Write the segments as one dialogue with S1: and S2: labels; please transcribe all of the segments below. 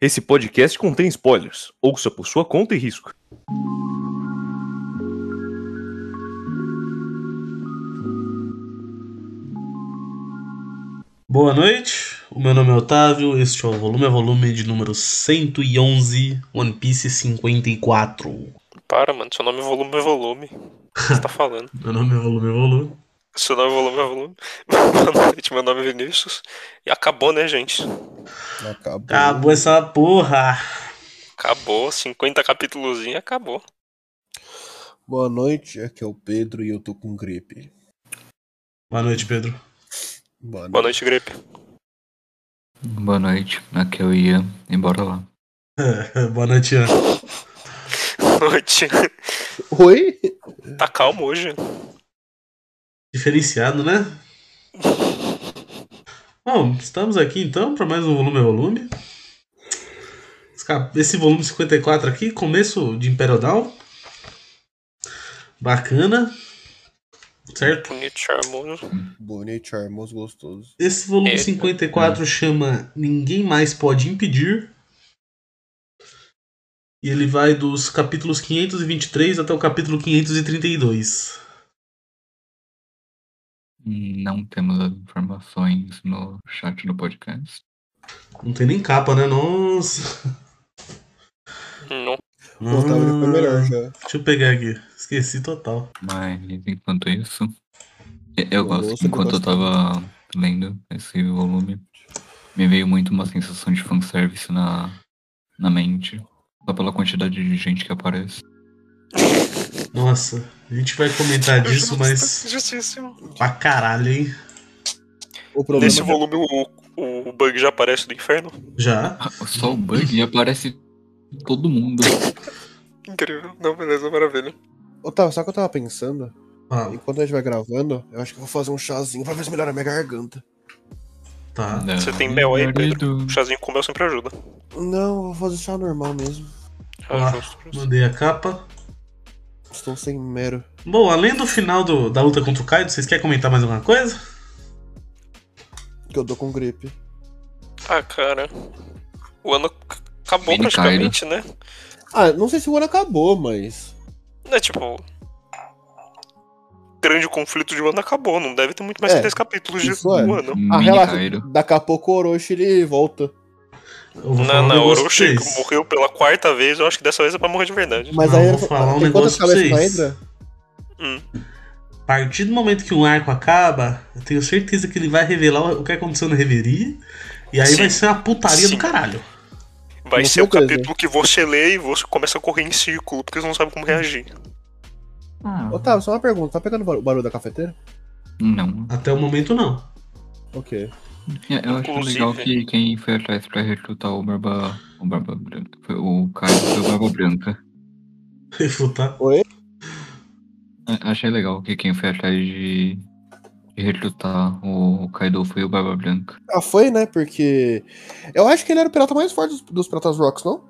S1: Esse podcast contém spoilers. Ouça por sua conta e risco.
S2: Boa noite, o meu nome é Otávio, este é o volume a volume de número 111, One Piece 54.
S3: Para, mano, seu nome é volume é volume. O que você tá falando?
S2: Meu nome é volume é volume.
S3: Seu nome é volume é volume. Boa noite, meu nome é Vinícius. E acabou, né, gente?
S4: Acabou.
S2: Acabou essa porra.
S3: Acabou, 50 capítulos e acabou.
S4: Boa noite, aqui é o Pedro e eu tô com gripe.
S2: Boa noite, Pedro.
S3: Boa noite, Grepe.
S5: Boa noite, aqui é o Ian e bora lá.
S2: Boa noite, Ian.
S3: Boa noite.
S4: Oi?
S3: Tá calmo hoje.
S2: Diferenciado, né? Bom, estamos aqui então para mais um volume a volume. Esse cap- Esse volume 54 aqui, começo de Imperial Down. Bacana. Certo?
S3: Bonito, charmoso.
S4: Bonito, charmoso, gostoso.
S2: Esse volume
S3: Eita. é.
S2: 54 chama Ninguém Mais Pode Impedir. E ele vai dos capítulos 523 até o capítulo 532.
S5: Não temos as informações no chat do podcast.
S2: Não tem nem capa, né? Nossa.
S3: Não.
S2: Hum.
S4: O Otávio já foi melhor já.
S2: Ah, Deixa eu pegar aqui. Esqueci total.
S5: Mas enquanto isso, eu, eu gosto.
S4: ouço, eu
S5: enquanto eu
S4: gosto.
S5: tava lendo esse volume, me veio muito uma sensação de fanservice na, na mente. Só pela quantidade de gente que aparece.
S2: Nossa. A gente vai comentar disso,
S3: Justo,
S2: É mas
S3: Justíssimo.
S2: pra caralho, hein?
S4: O problema
S3: Nesse
S4: é-
S3: volume o, o bug já aparece do inferno.
S2: Já?
S5: Ah, Só o bug aparece todo mundo.
S3: Incrível. Não, beleza, maravilha.
S4: Otávio, sabe o que eu tava pensando?
S2: Ah,
S4: Enquanto a gente vai gravando, eu acho que eu vou fazer um chazinho pra ver se melhora a minha garganta.
S2: tá.
S3: Você tem mel aí,
S5: Pedro?
S3: O chazinho com mel sempre ajuda.
S4: Não, eu vou fazer chá normal mesmo.
S2: Ah.
S3: Ah, justo, justo.
S2: Mandei a capa.
S4: Estou sem mero.
S2: Bom, além do final do- da luta contra o Kaido, vocês querem comentar mais alguma coisa?
S4: Que eu tô com gripe.
S3: Ah, cara. O ano c- acabou
S5: Mini
S3: praticamente, né?
S4: Ah, não sei se o ano acabou, mas.
S3: Não é tipo. Grande conflito de um ano acabou, não deve ter muito mais
S4: É,
S3: que 10 capítulos de
S4: isso é.
S3: um ano.
S4: Ah,
S5: Mini
S4: relaxa.
S5: Cairo.
S4: Daqui a pouco o Orochi ele volta.
S2: Eu vou falar
S3: Não,
S2: um
S3: não,
S2: negócio pra
S3: Orochi
S2: vocês.
S3: morreu pela quarta vez, eu acho que dessa vez é pra morrer de verdade.
S4: Mas
S2: Não,
S4: aí
S2: vou falar um
S4: tem quantas
S2: negócio pra
S4: cabeças
S2: vocês.
S4: tá ainda?
S3: Hum.
S2: A partir do momento que um arco acaba, eu tenho certeza que ele vai revelar o que aconteceu na reverie. E aí
S3: Sim.
S2: vai ser uma putaria
S3: Sim.
S2: do caralho.
S3: Vai
S4: Com
S3: ser o
S4: certeza.
S3: capítulo que você lê e você começa a correr em círculo, porque você não sabe como reagir.
S5: Ah,
S4: Otávio, só uma pergunta. Tá pegando o bar- barulho da cafeteira?
S5: não.
S2: Até o momento, não.
S4: Ok.
S5: É, eu acho
S3: Inclusive-
S5: legal que quem foi atrás pra recrutar o Barba. O Barba Branca. Foi o Caio do Barba Branca.
S2: Refutar.
S5: A- É, Achei legal que quem foi atrás de, de recrutar o Kaido foi o Barba Branca.
S4: Ah, foi, né? Porque. Eu acho que ele era o pirata mais forte dos, dos Piratas Rocks, não?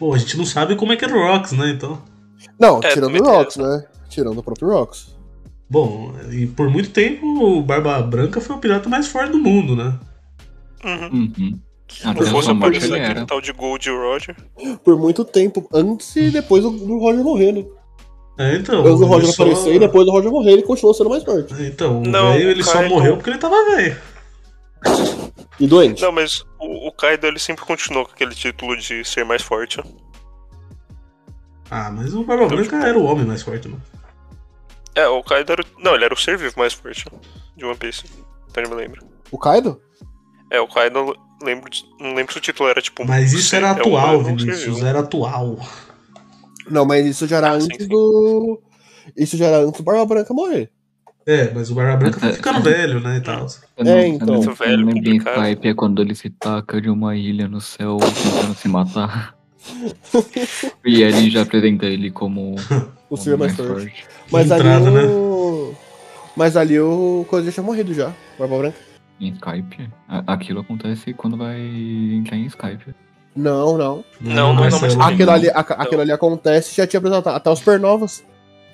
S2: Pô, a gente não sabe como é que era o Rocks, né? Então.
S4: Não,
S3: É,
S4: tirando
S3: também
S4: o
S3: tem
S4: Rocks, né? Tirando o próprio Rocks.
S2: Bom, e por muito tempo o Barba Branca foi o pirata mais forte do mundo, né?
S3: Uhum.
S5: Uhum. Até
S3: Não
S5: a
S3: fosse né,
S5: sua morte
S3: aparecer
S5: ele
S3: aquele
S5: era.
S3: tal de Gold e o Roger.
S4: Por muito tempo, antes e depois do, do Roger morrer, né?
S2: É, então.
S4: Antes do
S2: ele
S4: Roger
S2: só-
S4: aparecer e depois do Roger morrer, ele continuou sendo mais forte.
S2: Então, o
S3: Não, então-
S2: velho, ele só
S3: Kaido-
S2: morreu porque ele tava velho.
S4: E doente.
S3: Não, mas o, o Kaido ele sempre continuou com aquele título de ser mais forte.
S2: Ah, mas o Barba Branca era o homem mais forte, né. mano.
S3: É, o Kaido era. o- Não, ele era o ser vivo mais forte de One Piece. Então eu me lembro.
S4: O Kaido?
S3: É, o Kaido lembro de- não lembro se o título era tipo.
S2: Mas isso
S3: ser-
S2: era
S3: é um
S2: atual,
S3: humano, um ser
S2: Vinícius. né?
S3: vivo.
S2: Era atual.
S4: Não, mas isso já era
S3: Ah, sim,
S4: antes
S3: sim.
S4: do. Isso já era antes do Barba Branca morrer.
S2: É, mas o Barba Branca tá ficando velho, né? E tal.
S5: Eu
S4: É,
S5: eu
S4: então.
S5: eu
S3: Velho,
S5: lembrei
S3: complicado.
S5: Skype é quando ele se taca de uma ilha no céu tentando se matar. e ele já apresenta ele como
S4: O
S5: como
S4: ser mais forte. Mas
S2: Entrada,
S4: ali o. Mas ali o Coisa já tinha morrido já. Barba Branca.
S5: Em Skype? A- Aquilo acontece quando vai entrar em Skype.
S4: Não, não.
S3: Não, não, não, mas-
S2: Marcelo.
S4: Aquilo ali, a- aquilo ali acontece já tinha apresentado até os supernovas.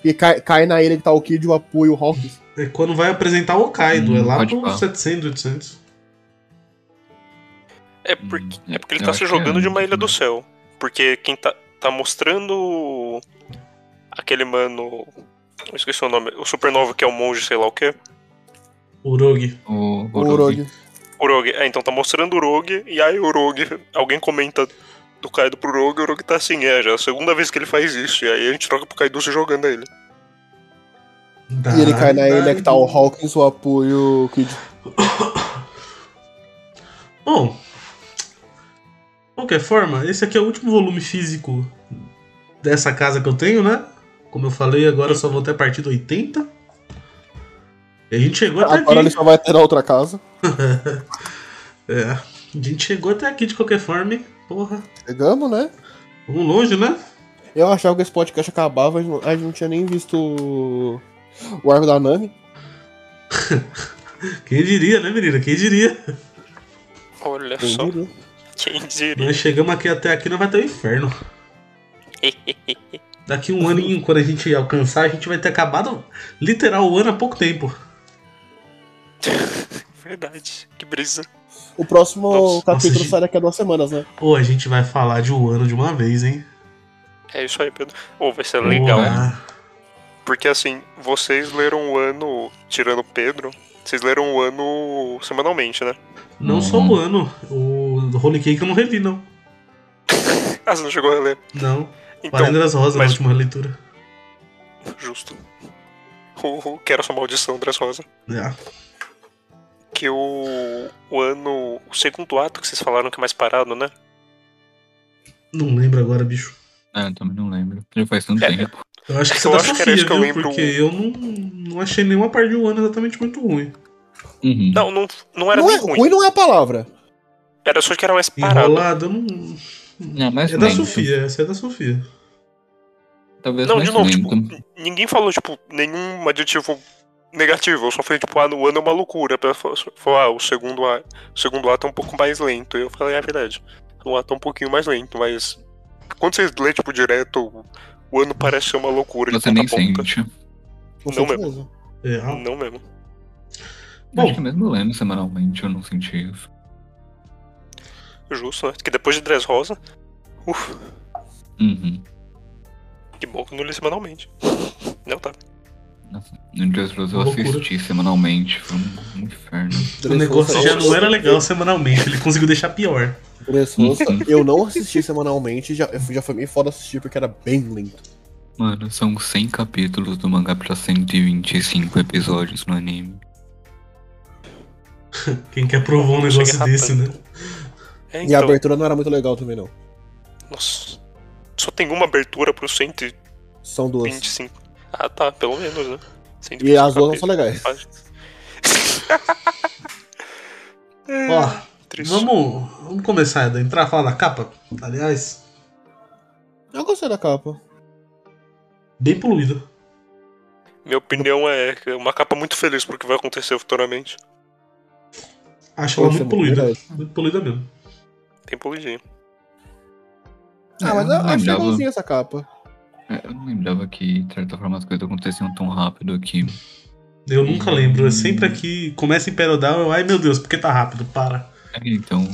S4: E cai, cai na ilha que tá o Kid, o Apu e o Hawkins.
S2: É quando vai apresentar o Kaido,
S5: Hum,
S2: é lá
S5: pode
S2: pro
S5: pá.
S2: 700, 800.
S3: É porque,
S5: Hum,
S3: é porque ele
S5: eu
S3: tá
S5: acho
S3: se
S5: que
S3: jogando
S5: é,
S3: de uma
S5: né?
S3: ilha do céu. Porque quem tá, tá mostrando aquele mano. Eu esqueci o nome. O Supernova, que é o monge, sei lá o quê.
S2: O Rogue.
S5: O
S4: O
S5: Orochi.
S4: Urog.
S3: O Rogue. É, então tá mostrando o Rogue. E aí o Rogue. Alguém comenta do Kaido pro Rogue. O Rogue tá assim, é, já é a segunda vez que ele faz isso. E aí a gente troca pro Kaido se jogando a ele.
S4: E ele cai na ilha que tá o Hawkins, o Apu e o Kid.
S2: Bom, qualquer forma, esse aqui é o último volume físico dessa casa que eu tenho, né? Como eu falei, agora eu só vou até a partir do 80. E a gente chegou até
S4: Agora ele
S2: aqui.
S4: só vai ter na outra casa.
S2: É, a gente chegou até aqui de qualquer forma, hein? Porra,
S4: Chegamos, né?
S2: vamos longe, né?
S4: Eu achava que esse podcast acabava, a gente não- a gente não tinha nem visto o- o arco da Nami.
S2: Quem diria, né, menina? Quem diria?
S3: Olha
S4: Quem
S2: Uhum.
S3: só.
S4: diria?
S3: Quem diria.
S2: Nós chegamos aqui até aqui, nós vai ter o inferno. Daqui um aninho, quando a gente alcançar, a gente vai ter acabado literal o ano há pouco tempo.
S3: é Verdade. Que brisa.
S4: O próximo
S3: Nossa,
S4: capítulo
S2: nossa,
S4: sai daqui a duas semanas, né?
S2: Pô, a gente vai falar de um ano de uma vez, hein?
S3: É isso aí, Pedro. Ô, vai ser legal.
S5: Boa.
S2: Ah.
S3: Porque assim, vocês leram o ano, tirando o Pedro, vocês leram o ano semanalmente, né?
S2: Não
S5: Uhum.
S2: só o ano. O Holy Cake eu não reli, não.
S3: Ah, você não chegou a ler.
S2: Não.
S3: Então,
S2: Valendo das Rosas
S3: mas-
S2: na última releitura.
S3: justo. O, o que era sua maldição, Andrés Rosa.
S2: É.
S3: Que o, o ano. O segundo ato que vocês falaram que é mais parado, né?
S2: Não lembro agora, bicho.
S5: Ah, eu também não lembro. Já faz tanto
S3: É.
S5: tempo.
S2: Eu acho que você
S3: Eu
S2: tá
S3: acho que era
S2: Sofia,
S3: isso que eu
S2: viu?
S3: lembro.
S2: Porque eu não, não achei nenhuma parte de um ano exatamente muito ruim.
S5: Uhum.
S3: Não, não, não era
S4: não
S3: bem
S4: é,
S3: ruim.
S4: ruim não é a palavra.
S3: Era só que era mais parado.
S2: Enrolado, eu não.
S5: É, mais
S2: É da
S5: lento.
S2: Sofia, essa é da Sofia.
S5: Talvez
S3: Não,
S5: mais
S3: de novo,
S5: lento.
S3: tipo, n- ninguém falou, tipo, nenhum adjetivo negativo. Eu só falei, tipo, ah, no ano é uma loucura. A pessoa falou, ah, o segundo, a- o segundo ato é um pouco mais lento. E eu falei, é verdade. O ato é um pouquinho mais lento, mas. Quando vocês lê, tipo, direto, o- o ano parece ser uma loucura de
S2: tá
S5: Você
S3: ponta a
S5: nem
S3: ponta.
S5: sente.
S4: Com
S3: Não
S4: certeza. Mesmo.
S2: É,
S3: Não mesmo.
S2: Bom.
S5: Acho que é mesmo lendo semanalmente eu não senti isso.
S3: Justo, né? Que depois de Dress Rosa. Uf,
S5: Uhum.
S3: que bom que eu não li semanalmente. Não, tá.
S5: Nossa, no Dias Rose eu
S2: Loucura.
S5: assisti semanalmente. Foi um inferno.
S2: o negócio já não era legal semanalmente, ele conseguiu deixar pior.
S4: Eu não assisti semanalmente, já, eu fui- já foi meio foda assistir porque era bem lento.
S5: Mano, são 100 capítulos do mangá pra 125 episódios no anime.
S2: Quem que aprovou um
S3: Não cheguei
S2: negócio desse, né?
S3: É,
S4: E a
S3: então.
S4: abertura não era muito legal também, não.
S3: Nossa. Só tem uma abertura pro 125.
S4: São duas.
S3: Ah, tá. Pelo menos, né?
S4: E as
S3: capítulos.
S4: duas não são legais. É,
S2: Ó,
S3: Triste.
S2: vamos, vamos começar a entrar a falar da capa. Aliás,
S4: Eu gostei da capa.
S2: bem poluída.
S3: Minha opinião é que é uma capa muito feliz pro que vai acontecer futuramente.
S2: Acho ela
S4: Poxa,
S2: muito poluída.
S4: verdade.
S2: Muito poluída mesmo.
S3: Tem polidinho.
S4: Ah, mas
S5: eu
S4: eu
S5: não
S4: achei
S5: lembrava.
S4: legalzinha essa capa.
S5: É, Eu não lembrava que, de certa forma, as coisas aconteciam tão rápido aqui.
S2: Eu nunca lembro. É sempre aqui, começa em Perodal, eu, ai meu Deus, porque tá rápido, para.
S5: É, Então.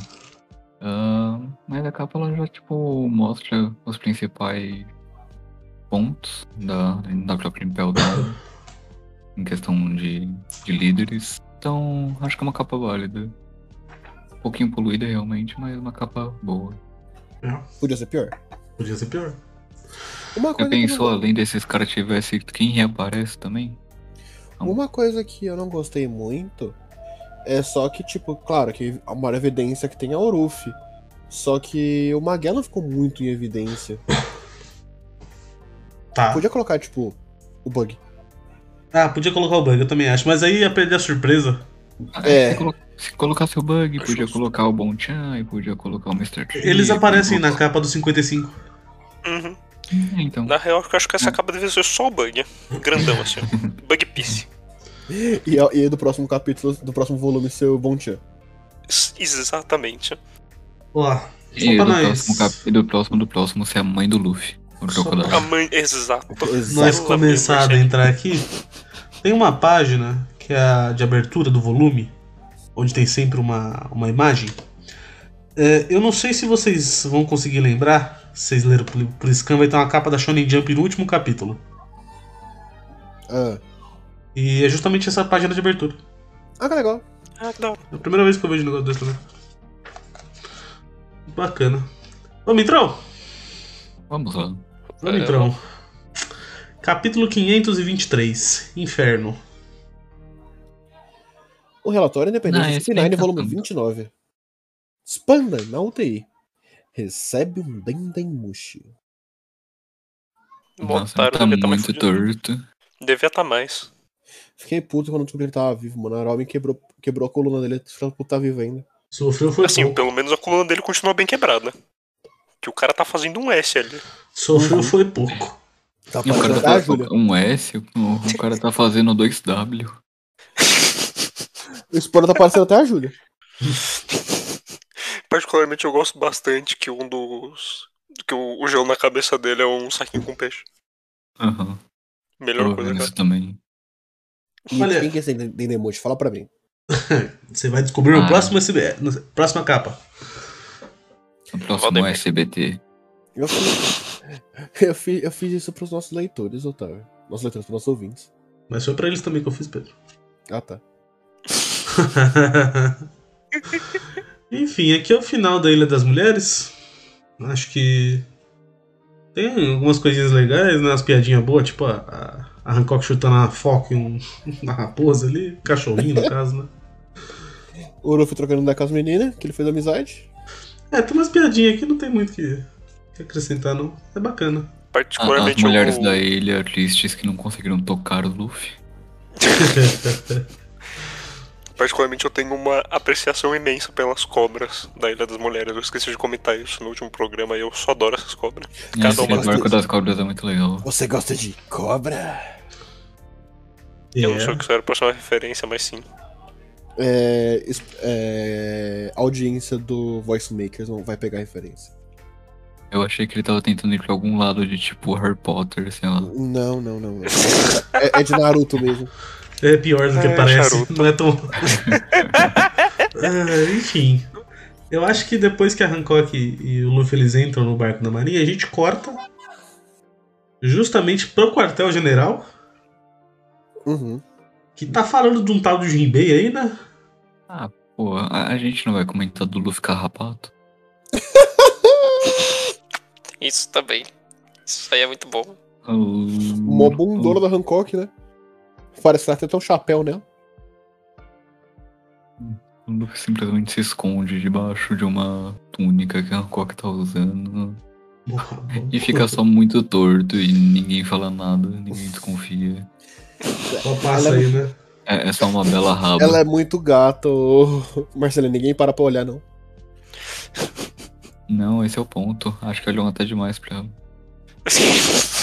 S5: ah, mas a capa ela já tipo mostra os principais pontos da, da própria Impel Down em questão de, de líderes. Então acho que é uma capa válida. Um pouquinho poluída realmente, mas é uma capa boa.
S4: Podia ser pior.
S2: Podia ser pior.
S4: Uma coisa,
S5: Você
S4: que eu
S5: pensou
S4: não-
S5: além desses caras tivesse quem reaparece também?
S4: uma coisa que eu não gostei muito é só que, tipo, claro, que a maior evidência que tem é o Oruf. Só que o Magellan ficou muito em evidência.
S2: Tá.
S4: Podia colocar, tipo, o bug.
S2: Ah, podia colocar o bug, eu também acho. Mas aí ia perder a surpresa.
S5: Ah,
S4: É.
S5: Se, colo- se colocasse o Bug,
S3: É
S5: podia
S3: justo.
S5: colocar o Bon Chan, e podia colocar o então, Mr. T,
S2: Eles
S5: e
S2: aparecem na
S5: colocar-
S2: capa do 55.
S3: Uhum.
S5: É, Então,
S3: Na real, eu acho que
S4: Hum.
S3: essa capa deve ser só o bug. Grandão, assim. ó. bug piece.
S4: E, e do próximo capítulo, do próximo volume, seu Bon Chan.
S3: Ex- Exatamente.
S2: Ó,
S5: E
S2: pra
S5: do,
S2: nós.
S5: próximo cap... e do próximo do próximo ser a mãe do Luffy. O
S2: Só
S5: Crocodile.
S3: A mãe. Exato.
S4: é
S2: nós
S3: Pelo
S2: começar a
S3: amor de Deus,
S2: é entrar aqui. Tem uma página que é a de abertura do volume, onde tem sempre uma, uma imagem. É, eu não sei se vocês vão conseguir lembrar. Vocês leram pro, pro Scan, vai ter uma capa da Shonen Jump no último capítulo.
S4: Ah,
S2: E é justamente essa página de abertura.
S4: ah que legal.
S3: Ah, que da hora.
S2: É a primeira vez que eu vejo um negócio desse também. Bacana. Vamos então?
S5: Vamos lá.
S2: Vamos
S3: É.
S2: então. Capítulo 523 Inferno.
S4: O relatório
S5: Não,
S4: independente
S5: esse
S4: de Spinine,
S5: nem tá
S4: volume
S5: tanto.
S4: 29. Spanda, na UTI. Recebe um Dendemushi.
S5: Nossa,
S3: Otário,
S5: tá
S3: devia tá mais
S5: muito
S3: fudido.
S5: torto.
S3: Devia estar mais.
S4: Fiquei puto quando descobri que ele tava vivo, mano. A Robin quebrou, quebrou a coluna dele, afinal que tá vivo ainda.
S2: Sofreu foi
S3: assim,
S2: pouco.
S3: pelo menos a coluna dele continua bem quebrada. Que o cara tá fazendo um S ali.
S2: Sofreu foi pouco.
S4: Tá
S5: E o cara
S4: parecendo
S5: tá
S4: a Júlia.
S5: fazendo um S, o o cara tá fazendo 2W.
S4: O Spanda tá parecendo até a Júlia.
S3: Particularmente eu gosto bastante que um dos. que o, o gelo na cabeça dele é um saquinho com peixe.
S5: Aham.
S3: Melhor
S5: Tô
S3: coisa,
S5: vendo
S3: cara.
S5: Isso também.
S4: E
S2: Olha.
S4: quem que é esse Dendemushi? Fala pra mim.
S2: Você vai descobrir
S5: Ah.
S2: no próximo SB, na próxima capa.
S5: O próximo é
S3: Valdemir.
S5: SBT.
S4: Eu fiz, eu, fiz, eu fiz isso pros nossos leitores, Otávio. Nossos leitores, pros nossos ouvintes.
S2: Mas foi pra eles também que eu fiz, Pedro.
S4: Ah, tá.
S2: Enfim, aqui é o final da Ilha das Mulheres. Acho que tem algumas coisinhas legais, né? umas piadinhas boas, tipo a, a, a Hancock chutando a foca e um, uma raposa ali, cachorrinho no caso, né?
S4: O Ruffy trocando ideia com as meninas, que ele fez amizade.
S2: É, tem umas piadinhas aqui, não tem muito o que, que acrescentar, não. É bacana.
S3: Tipo,
S5: Ah, as
S3: Particularmente
S5: mulheres
S3: o.
S5: da ilha tristes que não conseguiram tocar o Luffy.
S3: Particularmente eu tenho uma apreciação imensa pelas cobras da Ilha das Mulheres. Eu esqueci de comentar isso no último programa e eu só adoro essas cobras.
S5: E
S3: Cada
S5: Esse
S3: uma
S5: barco
S4: das-
S5: das cobras é muito legal.
S4: Você gosta de cobra?
S3: Eu
S2: É.
S3: não sei o que isso era pra ser uma referência, mas sim.
S4: É, es- é, audiência do Voice Makers não vai pegar a referência.
S5: Eu achei que ele tava tentando ir pra algum lado de tipo Harry Potter, sei lá.
S4: Não, não, não. não. É, é de Naruto mesmo.
S2: É pior do que
S3: É,
S2: parece.
S3: charuto.
S2: Não é tão. Ah, enfim. Eu acho que depois que a Hancock e e o Luffy eles entram no barco da marinha, a gente corta justamente pro quartel-general,
S4: Uhum.
S2: que tá falando de um tal de Jinbei aí, né?
S5: Pô, a, a gente não vai comentar do Luffy carrapato.
S3: Isso também. Isso aí é muito bom.
S5: O
S4: Mó
S5: Uhum.
S4: bundona da Hancock, né? Parece que ela tem até um chapéu nela.
S5: O Luffy simplesmente se esconde debaixo de uma túnica que a Hancock tá usando. E fica só muito torto e ninguém fala nada, ninguém desconfia.
S2: Só passa
S4: Ela-
S2: aí, né?
S5: É, é só uma bela raba.
S4: Ela é muito gata, ô. Marcelo, ninguém para pra olhar, não.
S5: Não, esse é o ponto. Acho que olham até demais pra ela.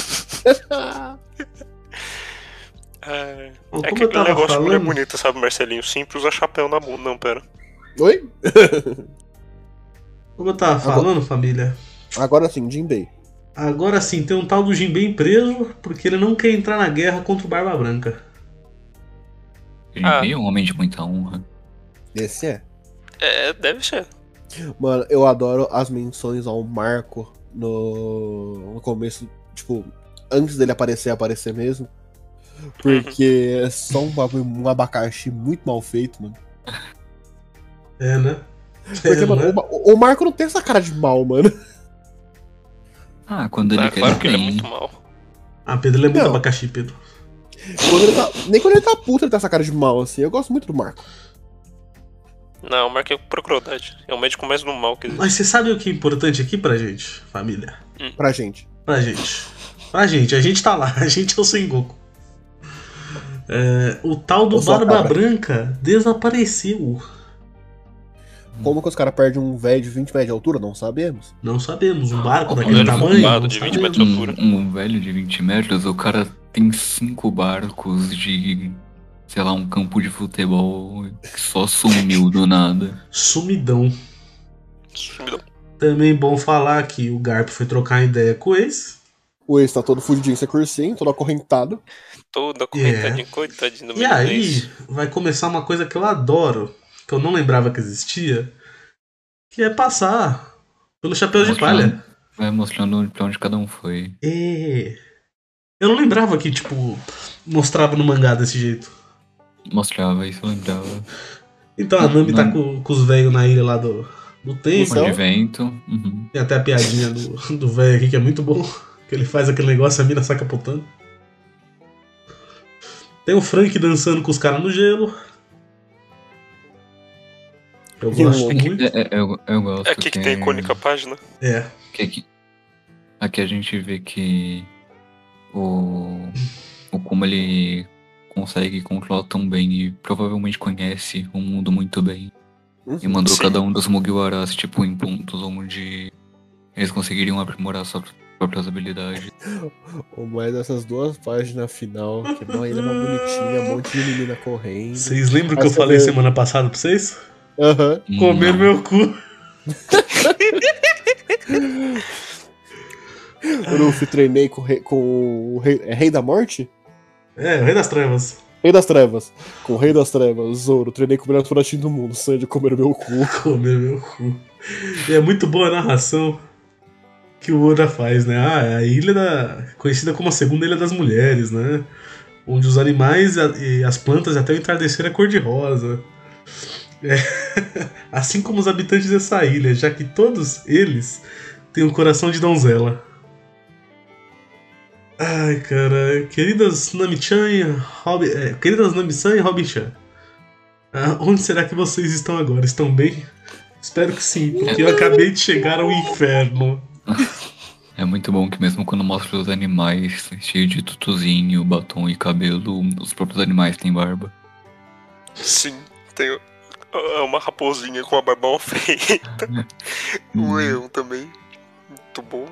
S3: É,
S2: Bom, como
S3: é que
S2: eu
S3: aquele
S2: tava
S3: negócio de mulher
S2: falando.
S3: bonita, sabe, Marcelinho? Simples a chapéu na bunda. Não, pera.
S4: Oi?
S2: Como eu tava
S4: Agora-
S2: falando, família.
S4: Agora sim, Jinbei.
S2: Agora sim, tem um tal do Jinbei preso porque ele não quer entrar na guerra contra o Barba Branca.
S3: Ah.
S5: Ele é um homem de muita honra.
S4: Esse é.
S3: É, deve ser.
S4: Mano, eu adoro as menções ao Marco no, no começo, tipo, antes dele aparecer, aparecer mesmo. Porque é só um, bagulho- um abacaxi muito mal feito, mano.
S2: É, né?
S4: Porque,
S2: É,
S4: mano,
S2: né?
S4: o Ma- o, Marco não tem essa cara de mal, mano.
S5: Ah, quando ele
S3: Ah,
S5: quer
S3: claro que ele é
S5: tem.
S3: muito mal.
S2: Ah, Pedro, ele é muito
S4: Não.
S2: abacaxi, Pedro.
S4: Quando ele tá- nem quando ele tá puto, ele tem essa cara de mal, assim. Eu gosto muito do Marco.
S3: Não, o Mark é por crueldade. É o médico mais normal que existe.
S2: Mas você sabe o que é importante aqui pra gente, família?
S4: Pra gente.
S2: Pra gente. Pra gente, a gente tá lá, a gente é o Sengoku. É, o tal do
S4: Eu sou a
S2: Barba
S4: cabra.
S2: Branca desapareceu.
S4: Como que os caras perdem um velho de 20 metros de altura? Não sabemos.
S2: Não sabemos, um barco
S5: Um
S2: daquele
S5: velho
S2: tamanho.
S3: bombado
S2: não
S3: é de 20
S2: sabemos.
S3: metros. altura.
S5: Um, um velho de 20 metros, o cara tem cinco barcos de, sei lá, um campo de futebol que só sumiu do nada.
S2: Sumidão.
S3: Sumidão.
S2: Também bom falar que o Garp foi trocar ideia com o ex.
S4: O ex tá todo fudidinho, sem cursinho, todo acorrentado.
S3: Toda coitadinho, coitadinho do
S2: E
S3: menino
S2: aí
S3: desse.
S2: vai começar uma coisa que eu adoro, que eu não lembrava que existia, Que é passar pelo chapéu de
S5: Mostrando-
S2: palha.
S5: Vai mostrando pra onde cada um foi.
S2: É. Eu não lembrava que, tipo, mostrava no mangá desse jeito.
S5: Mostrava isso, eu lembrava.
S2: Então a
S5: Não,
S2: Nami tá
S5: não.
S2: com, com os velhos na ilha lá do, do tempo.
S5: Roupa
S4: Então-
S5: de vento. Uhum.
S2: Tem até a piadinha do do velho aqui que é muito bom. Que ele faz aquele negócio, a mina sai capotando. Tem o Frank dançando com os caras no gelo. Eu
S4: Que
S2: gosto
S4: louco.
S2: muito.
S5: É, é, eu, eu gosto.
S3: É aqui que tem a icônica página.
S2: É.
S5: que aqui, aqui a gente vê que o, o como ele consegue controlar tão bem e provavelmente conhece o mundo muito bem.
S2: Uhum.
S5: E mandou
S3: Sim.
S5: cada um dos Mugiwaras, tipo, em pontos onde eles conseguiriam aprimorar suas próprias habilidades.
S4: Ou mais essas duas páginas final, que não ainda é uma bonitinha, um monte de menina correndo.
S2: Vocês lembram que eu
S4: Essa
S2: falei
S4: vez-
S2: semana passada pra vocês?
S4: Aham.
S2: Comer
S5: Não.
S2: meu cu.
S4: Eu não fui treinei com, o rei- com o rei, é rei da Morte?
S2: É, o Rei das Trevas.
S4: Rei das Trevas. Com o Rei das Trevas, Zoro. Treinei com o melhor furatinho do mundo. Sandy comer meu cu.
S2: Comer meu cu. E é muito boa a narração que o Oda faz, né? Ah, é a ilha da. conhecida como a segunda ilha das mulheres, né? Onde os animais e a- e as plantas até o entardecer é cor-de-rosa. É. Assim como os habitantes dessa ilha, já que todos eles têm um coração de donzela. Ai, cara. Queridas Nami-chan e Robin. é, queridas Nami-san e Robin-chan. Ah, onde será que vocês estão agora? Estão bem? Espero que sim, porque eu acabei de chegar ao inferno.
S5: É muito bom que mesmo quando mostra os animais cheios de tutuzinho, batom e cabelo, os próprios animais têm barba.
S3: Sim, tem ah, uma raposinha com a barba mal feita. o leão também. Muito bom.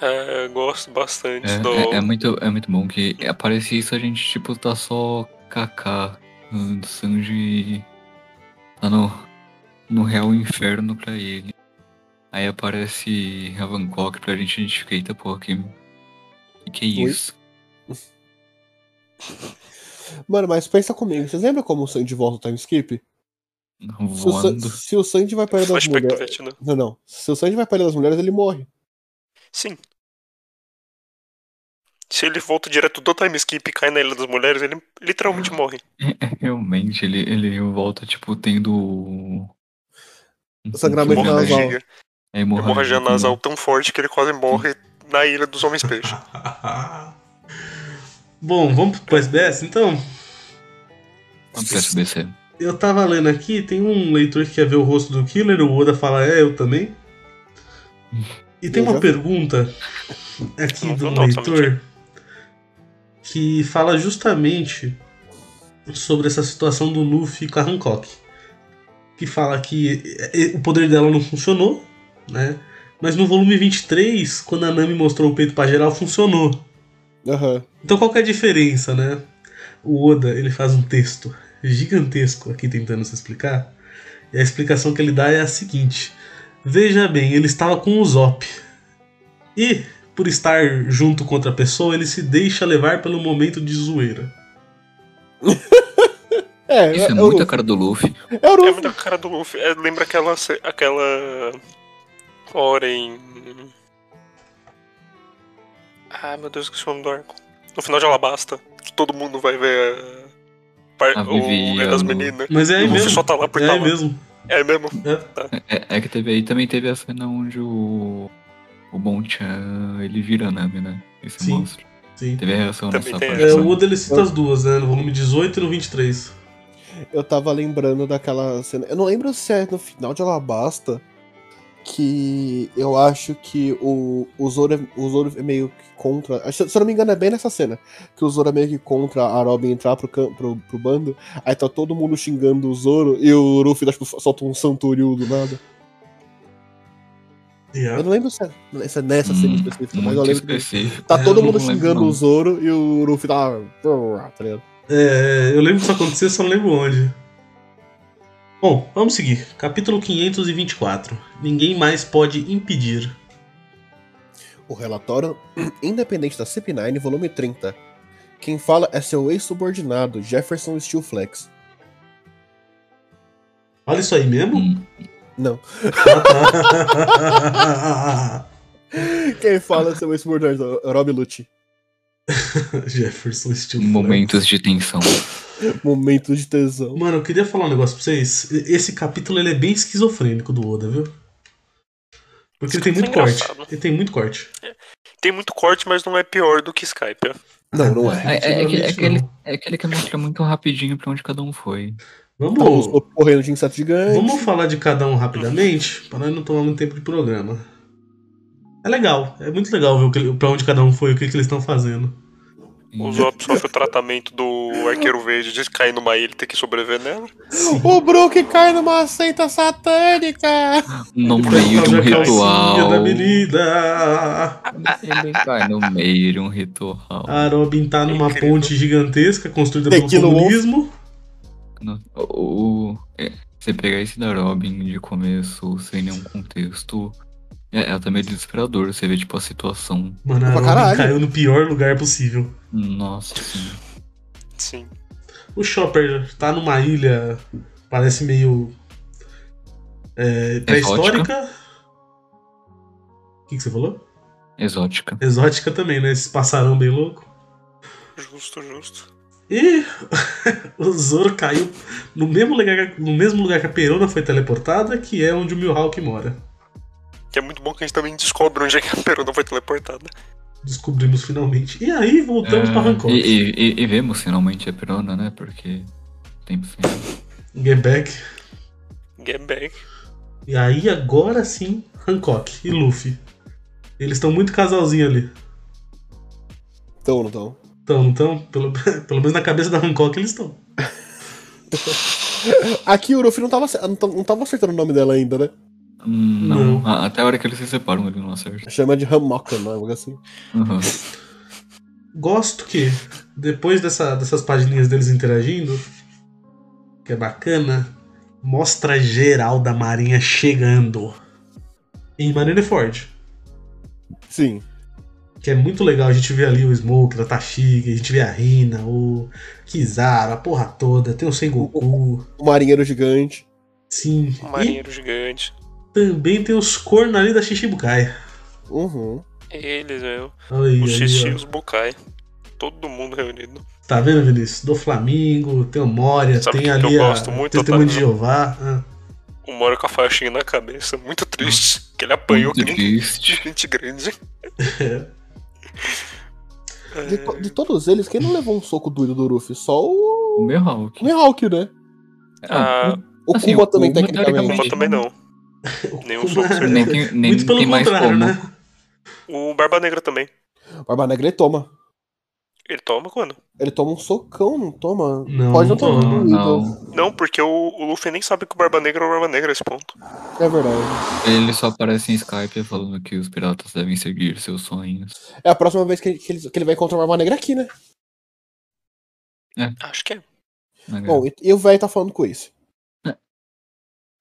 S3: Ah, gosto bastante do.
S5: É, é- é muito, é muito bom que aparece isso, a gente tipo tá só Kaká. O Sanji tá no, no real inferno pra ele. Aí aparece a Bangkok pra gente identificar, eita porra, que, que, que é
S4: Oi?
S5: isso?
S4: Mano, mas pensa comigo. Vocês lembram como o Sandy volta ao time skip? Se o, San-
S5: Tá Voando.
S4: se o Sandy vai para das
S3: Flashback do
S4: mulheres...
S3: Vietnã.
S4: Não, não. Se o Sandy vai para das mulheres, ele morre.
S3: Sim. Se ele volta direto do time skip e cai na Ilha das Mulheres, ele literalmente morre.
S5: Realmente, ele, ele volta, tipo, tendo. o- um-
S4: Sangramento
S5: um-
S4: Hemorragia. nasal.
S5: É hemorragia.
S3: Hemorragia
S5: também.
S3: nasal tão forte que ele quase morre na Ilha dos Homens Peixes.
S2: Bom, vamos pro SBS então?
S5: Vamos pro SBC.
S2: Eu tava lendo aqui, tem um leitor que quer ver o rosto do Killer, o Oda fala, é, eu também. E tem
S4: Eu
S2: uma
S4: já vi.
S2: pergunta aqui
S3: Não,
S2: do
S3: não, não,
S2: leitor que fala justamente sobre essa situação do Luffy com a Hancock. Que fala que eh, eh, o poder dela não funcionou, né? Mas no volume 23, quando a Nami mostrou o peito pra geral, funcionou.
S4: Aham.
S2: Então qual que é a diferença, né? O Oda, ele faz um texto gigantesco aqui tentando se explicar. E a explicação que ele dá é a seguinte: Veja bem, ele estava com o Zop. E, por estar junto com outra pessoa, ele se deixa levar pelo momento de zoeira.
S4: É,
S5: Isso é
S4: o
S5: muito a
S4: Luffy.
S5: cara do Luffy.
S4: É o
S3: É
S2: Uhum.
S4: Luffy.
S3: muito a cara do Luffy. É, lembra aquela, ce- aquela hora em. Ah, meu Deus, esqueci o nome do arco. No final de Alabasta, que todo mundo vai ver a. par-
S5: A
S3: o
S5: Vivi e
S3: é
S5: a
S3: das
S5: Lu.
S3: meninas.
S2: Mas é aí
S3: o Luffy só
S2: mesmo.
S3: tá lá por
S2: É
S3: tá
S2: aí
S3: lá.
S2: mesmo.
S3: É mesmo.
S2: É.
S5: É, é que teve aí também teve a cena onde o. O Bonchan ele vira a Nami, né? Esse
S2: Sim.
S5: monstro.
S2: Sim.
S5: Teve a reação
S3: Também
S5: nessa
S3: tem
S5: parte.
S2: É,
S5: né?
S2: o Oda ele cita as duas, né? No volume 18 e no 23.
S4: Eu tava lembrando daquela cena. Eu não lembro se é no final de Alabasta. Que eu acho que o, o, Zoro, é- o Zoro é meio que contra. acho- Se eu não me engano, é bem nessa cena. Que o Zoro é meio que contra a Robin entrar pro, cam- pro, pro bando. Aí tá todo mundo xingando o Zoro. E o Luffy dá, tipo, solta um Santoriu do nada. Eu
S2: Yeah.
S4: não lembro se é, se é nessa cena
S5: Hum,
S4: específica. Mas eu
S5: muito
S4: lembro que
S5: específico.
S4: tá
S2: É,
S4: todo
S5: eu
S4: mundo
S5: não lembro,
S4: xingando
S5: não.
S4: o Zoro. E o Luffy tá. tá ligado?
S2: É, eu lembro que isso aconteceu, só não lembro onde. Bom, vamos seguir. Capítulo 524. Ninguém mais pode impedir.
S4: O relatório independente da CP9, volume 30. Quem fala é seu ex-subordinado, Jefferson Steelflex.
S2: Olha isso aí mesmo?
S5: Hum,
S4: Não. Quem fala sobre esse mordor é o Rob Lucci.
S2: Jefferson estilo.
S5: Momentos de tensão.
S4: Momento de tesão.
S2: Mano, eu queria falar um negócio pra vocês. E- Esse capítulo ele é bem esquizofrênico do Oda, viu? Porque ele tem
S3: Isso
S2: muito
S3: é
S2: corte.
S3: engraçado.
S2: Ele tem muito corte.
S3: Tem muito corte, mas não é pior do que Skype. ó.
S4: Não, não é.
S5: É, é, é
S2: Definitivamente
S5: aquele- é aquele,
S2: não.
S5: é aquele que mostra muito rapidinho pra onde cada um foi.
S2: Vamos,
S4: Estamos correndo de inseto gigante.
S2: vamos falar de cada um rapidamente, pra nós não tomar muito tempo de programa. É legal, é muito legal ver o que- pra onde cada um foi, o que, que eles estão fazendo.
S5: E-
S3: O Zop sofre o tratamento do arqueiro verde de cair numa ilha e ter que sobreviver nela.
S4: O Brook cai numa seita satânica.
S5: No
S2: Por
S5: meio de
S2: causa
S5: um
S2: da calcinha
S5: ritual.
S2: Da menina.
S5: Ele vai no meio de um ritual.
S2: A Robin tá numa
S3: Incrível.
S2: ponte gigantesca construída
S4: Tequila
S2: pelo
S4: Wolf.
S2: comunismo.
S5: No- O, o- é, você pegar esse da Robin de começo, sem nenhum contexto, é, é até meio desesperador. Você vê, tipo, a situação.
S2: Mano, a
S4: Pra
S2: Robin
S4: caralho.
S2: caiu no pior lugar possível.
S5: Nossa assim, senhora.
S3: Sim.
S2: O Chopper tá numa ilha, parece meio. é, pré-histórica. O que, que você falou?
S5: Exótica.
S2: Exótica também, né? Esse passarão bem louco.
S3: Justo, justo.
S2: E o Zoro caiu no mesmo, lugar, no mesmo lugar que a Perona foi teleportada, que é onde o Mihawk mora.
S3: Que é muito bom que a gente também descobre onde é que a Perona foi teleportada.
S2: Descobrimos finalmente. E aí voltamos pra
S5: É,
S2: Hancock.
S5: e, e- e- e vemos finalmente a Perona, né? Porque tempo sem ela.
S2: Get back.
S3: Get back.
S2: E aí agora sim, Hancock e Luffy. Eles estão muito casalzinho ali.
S4: Então, não tão.
S2: Então, então pelo, pelo menos na cabeça da Hancock eles estão.
S4: Aqui o Ruffy não tava, acer- não tava- não tava acertando o nome dela ainda, né?
S5: Hum, Não,
S2: Não.
S5: A- até a hora que eles se separam, ele não acerta.
S4: Chama de Hamoka, não é algo assim.
S5: Uhum.
S2: Gosto que, depois dessa- dessas pagininhas deles interagindo, que é bacana, mostra geral da Marinha chegando em Marineford.
S4: Sim.
S2: Que é muito legal, a gente vê ali o Smoker, a Tashiga, a gente vê a Rina, o Kizaru, a porra toda, tem o Sengoku,
S4: O Um marinheiro gigante.
S2: sim.
S3: Um
S2: E
S3: marinheiro gigante.
S2: também tem os cornos ali da Shishibukai.
S4: Uhum.
S3: Eles, meu.
S2: Olha
S3: O
S2: aí,
S3: Xixi e
S2: ó.
S3: os Bukai. Todo mundo reunido.
S2: Tá vendo, Vinícius? Do Flamingo, tem o Moria,
S3: Sabe
S2: tem
S3: o que que
S2: ali
S3: eu
S2: a
S3: gosto muito, tá
S2: Testemunho de
S3: Otávio?
S2: Jeová. Ah.
S3: O Moro com a faixinha na cabeça. Muito triste. Que ele apanhou um que
S5: Muito
S3: nem
S5: triste.
S3: gente grande. É,
S4: De, to- de todos eles, quem não levou um soco doido do Ruffy? Só o
S5: O É, Mihawk.
S4: Mihawk, né?
S3: Ah,
S4: O
S5: Assim,
S4: Kuma
S5: o
S4: também,
S5: Kuma,
S4: tecnicamente.
S3: Kuma
S5: teoricamente-
S3: também não. Nenhum
S2: Kuma-
S3: soco
S5: Nem tem, nem
S2: Muito pelo
S5: tem mais
S2: contrário,
S5: como.
S2: né?
S3: O Barba Negra também.
S4: Barba Negra ele toma.
S3: Ele toma quando?
S4: Ele toma um socão, não toma?
S2: Não,
S4: Pode
S2: não
S4: não tomar
S2: toma,
S5: Não,
S4: doido.
S5: não.
S3: Não, porque o, o Luffy nem sabe que o Barba Negra é o Barba Negra a esse ponto.
S4: É verdade.
S5: Ele só aparece em Skype falando que os piratas devem seguir seus sonhos.
S4: É a próxima vez que ele, que ele- que ele vai encontrar o Barba Negra aqui, né?
S3: Acho que é.
S5: né,
S4: Bom, e, e o velho tá falando com isso.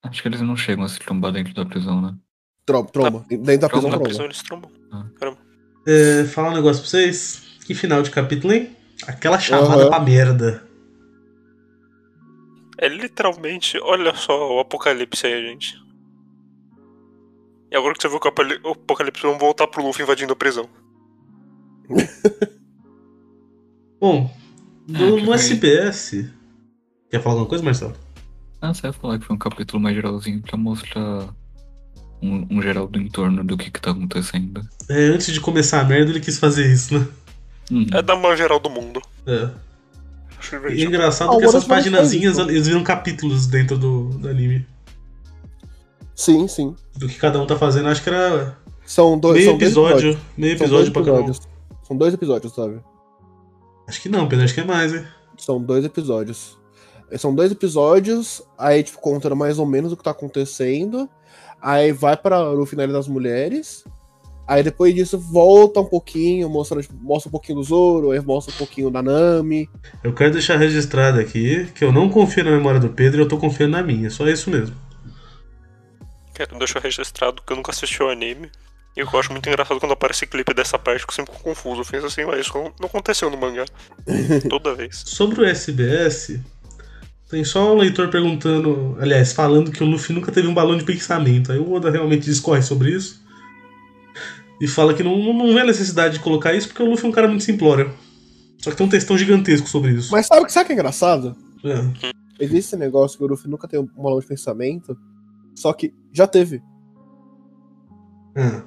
S5: Acho que eles não chegam a se trombar dentro da prisão, né?
S4: Tro- Troma. Dentro
S3: Na
S4: da prisão,
S5: Troma.
S4: troma.
S3: prisão eles trombam.
S2: É, falar um negócio pra vocês. Que final de capítulo, hein? Aquela chamada
S4: Aham.
S2: pra merda.
S3: É literalmente, olha só o apocalipse aí, gente. E agora que você viu que o apali- o apocalipse, vamos voltar pro Luffy invadindo a prisão.
S2: Bom,
S5: É,
S2: no,
S5: que
S2: no
S5: foi-
S2: SBS. Quer falar alguma coisa, Marcelo?
S5: Ah, você ia falar que foi um capítulo mais geralzinho pra mostrar um, um geral do entorno do que, que tá acontecendo.
S2: É, antes de começar a merda, ele quis fazer isso, né?
S5: Hum,
S3: É da maior geral do mundo.
S2: É. E
S3: Acho
S2: é
S3: divertido.
S2: engraçado
S4: Ah,
S2: que
S4: o
S2: essas
S4: Oda faz
S2: paginazinhas,
S4: isso. então.
S2: eles viram capítulos dentro do, do anime.
S4: Sim, sim.
S2: Do que cada um tá fazendo, acho que era
S4: São dois,
S2: meio
S4: são dois episódios.
S2: episódio. Meio
S4: São dois
S2: episódio pra cada um.
S4: episódios. São dois episódios, sabe?
S2: Acho que não, Pedro, acho que é mais, hein?
S4: São dois episódios. Eh, São dois episódios, aí, tipo, contando mais ou menos o que tá acontecendo. Aí vai para o final das mulheres. Aí depois disso volta um pouquinho, mostra, tipo, mostra um pouquinho do Zoro, aí mostra um pouquinho da Nami.
S2: Eu quero deixar registrado aqui que eu não confio na memória do Pedro e eu tô confiando na minha. Só isso mesmo.
S3: Quero deixar registrado que eu nunca assisti o anime. E eu acho muito engraçado quando aparece clipe dessa parte, que eu sempre fico confuso. Eu penso assim, mas isso não aconteceu no mangá. Toda vez.
S2: Sobre o SBS, Tem só um leitor perguntando, aliás, falando que o Luffy nunca teve um balão de pensamento. Aí o Oda realmente discorre sobre isso. E fala que não, não vê a necessidade de colocar isso porque o Luffy é um cara muito simplório. Só que tem um textão gigantesco sobre isso.
S4: Mas sabe, o que- sabe o que é engraçado?
S2: É.
S4: Existe esse negócio que o Luffy nunca tem um balão de pensamento, só que já teve.
S2: É.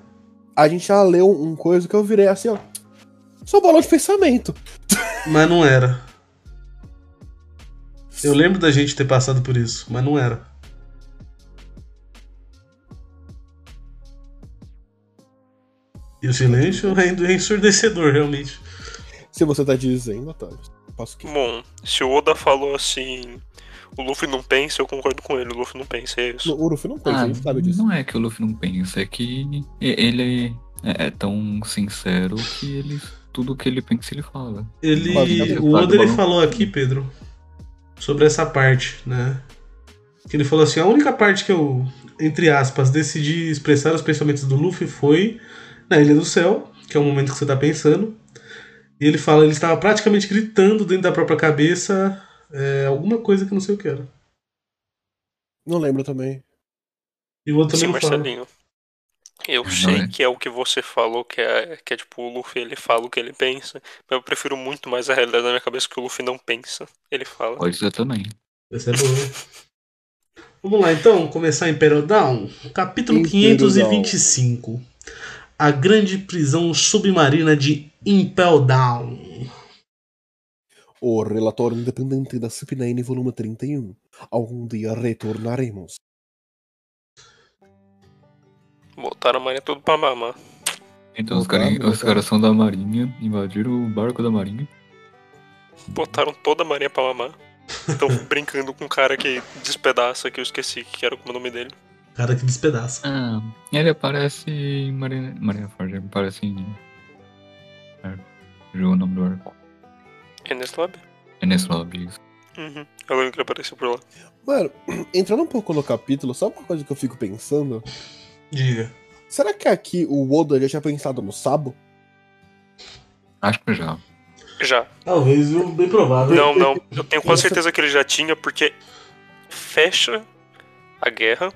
S4: A gente já leu um coisa que eu virei assim, ó. Só balão de pensamento.
S2: Mas não era. Eu lembro da gente ter passado por isso, mas não era. E o silêncio é en- é ensurdecedor, realmente.
S4: Se você tá dizendo, Otávio. Posso que.
S3: Bom, se o Oda falou assim, o Luffy não pensa, eu concordo com ele, o Luffy não pensa, é isso.
S4: No, o Luffy não pensa,
S5: Ah,
S4: a gente sabe disso.
S5: não é que o Luffy não pensa, é que e- ele é é tão sincero que ele, tudo que ele pensa ele fala.
S2: Ele. O Oda ele falou aqui, Pedro, sobre essa parte, né? Que ele falou assim: a única parte que eu, entre aspas, decidi expressar os pensamentos do Luffy foi na Ilha do Céu, que é o momento que você tá pensando. E ele fala, ele estava praticamente gritando dentro da própria cabeça é, alguma coisa que eu não sei o que era.
S4: Não lembro também.
S2: E o outro
S3: Sim,
S2: também não fala.
S3: Marcelinho. Eu
S5: Não
S3: sei
S5: é.
S3: que é o que você falou, que é, que é tipo, o Luffy ele fala o que ele pensa, mas eu prefiro muito mais a realidade da minha cabeça que o Luffy não pensa. Ele fala.
S5: Pode ser também.
S2: Essa é boa. Vamos lá então, começar em Down, capítulo
S4: Impel Down.
S2: 525. A grande prisão submarina de Impel Down.
S4: O relatório independente da CPN, volume 31. Algum dia retornaremos.
S3: Botaram a marinha tudo pra mamar.
S5: Então os,
S4: Opa,
S5: carinha-
S4: opa.
S5: os caras são da marinha, invadiram o barco da marinha.
S3: Botaram toda a marinha pra mamar. Estão brincando com um cara que despedaça, que eu esqueci que era o nome dele.
S2: Cara que despedaça.
S5: Ah, ele aparece em Marina, Marina Forge, ele aparece em. É, Jogou o nome do arco.
S3: Enes Lab?
S5: É nesse lobby. isso.
S3: Uhum. Eu lembro que ele apareceu por lá.
S4: Mano, entrando um pouco no capítulo, só uma coisa que eu fico pensando.
S2: Diga.
S4: Será que aqui o Oda já tinha pensado no Sabo?
S5: Acho que já.
S3: Já.
S2: Talvez, viu? bem provável.
S3: Não, não. Eu tenho quase certeza que ele já tinha, porque fecha a guerra,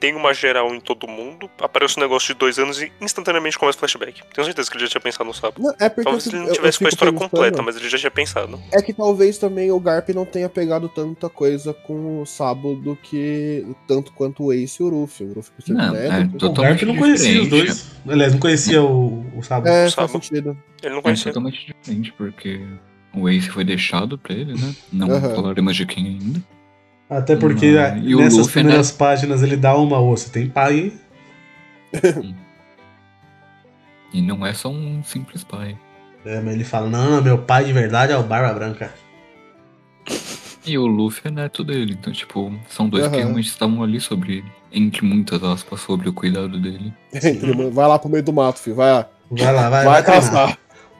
S3: tem uma geral em todo mundo, aparece um negócio de dois anos e instantaneamente começa o flashback. Tenho certeza que ele já tinha pensado no sábado.
S4: Não, é porque
S3: Talvez
S4: eu
S3: ele
S4: fico- eu-
S3: não
S4: eu
S3: tivesse com a
S4: fico
S3: história
S4: pensando-
S3: completa, mas ele já tinha pensado.
S4: É que talvez também o Garp não tenha pegado tanta coisa com o Sabo do que. tanto quanto o Ace e o Luffy. O Luffy com
S5: Não, é
S4: certeza.
S2: O
S5: totalmente
S2: Garp não conhecia os
S5: diferente.
S2: dois. Aliás, não conhecia o, o Sabo.
S4: É, faz
S3: Sabo.
S4: sentido.
S3: Ele não
S5: É
S3: conhecia.
S5: totalmente diferente, porque o Ace foi deixado pra ele, né? Não
S4: Aham.
S5: falaremos de quem ainda.
S2: Até porque
S5: Não,
S2: ah,
S5: e o
S2: nessas
S5: Luffy, né?
S2: primeiras páginas ele dá uma ossa. Tem pai, hein?
S5: E não é só um simples pai.
S2: É, mas ele fala, não, meu pai de verdade é o Barba Branca.
S5: E o Luffy é neto dele, então, tipo, são dois que
S4: Aham.
S5: realmente estavam ali sobre, entre muitas aspas, sobre o cuidado dele.
S4: Ele manda- vai lá pro meio do mato, filho. Vai lá.
S2: Vai lá, vai,
S4: Vai,
S2: vai, treinar.
S4: caçar.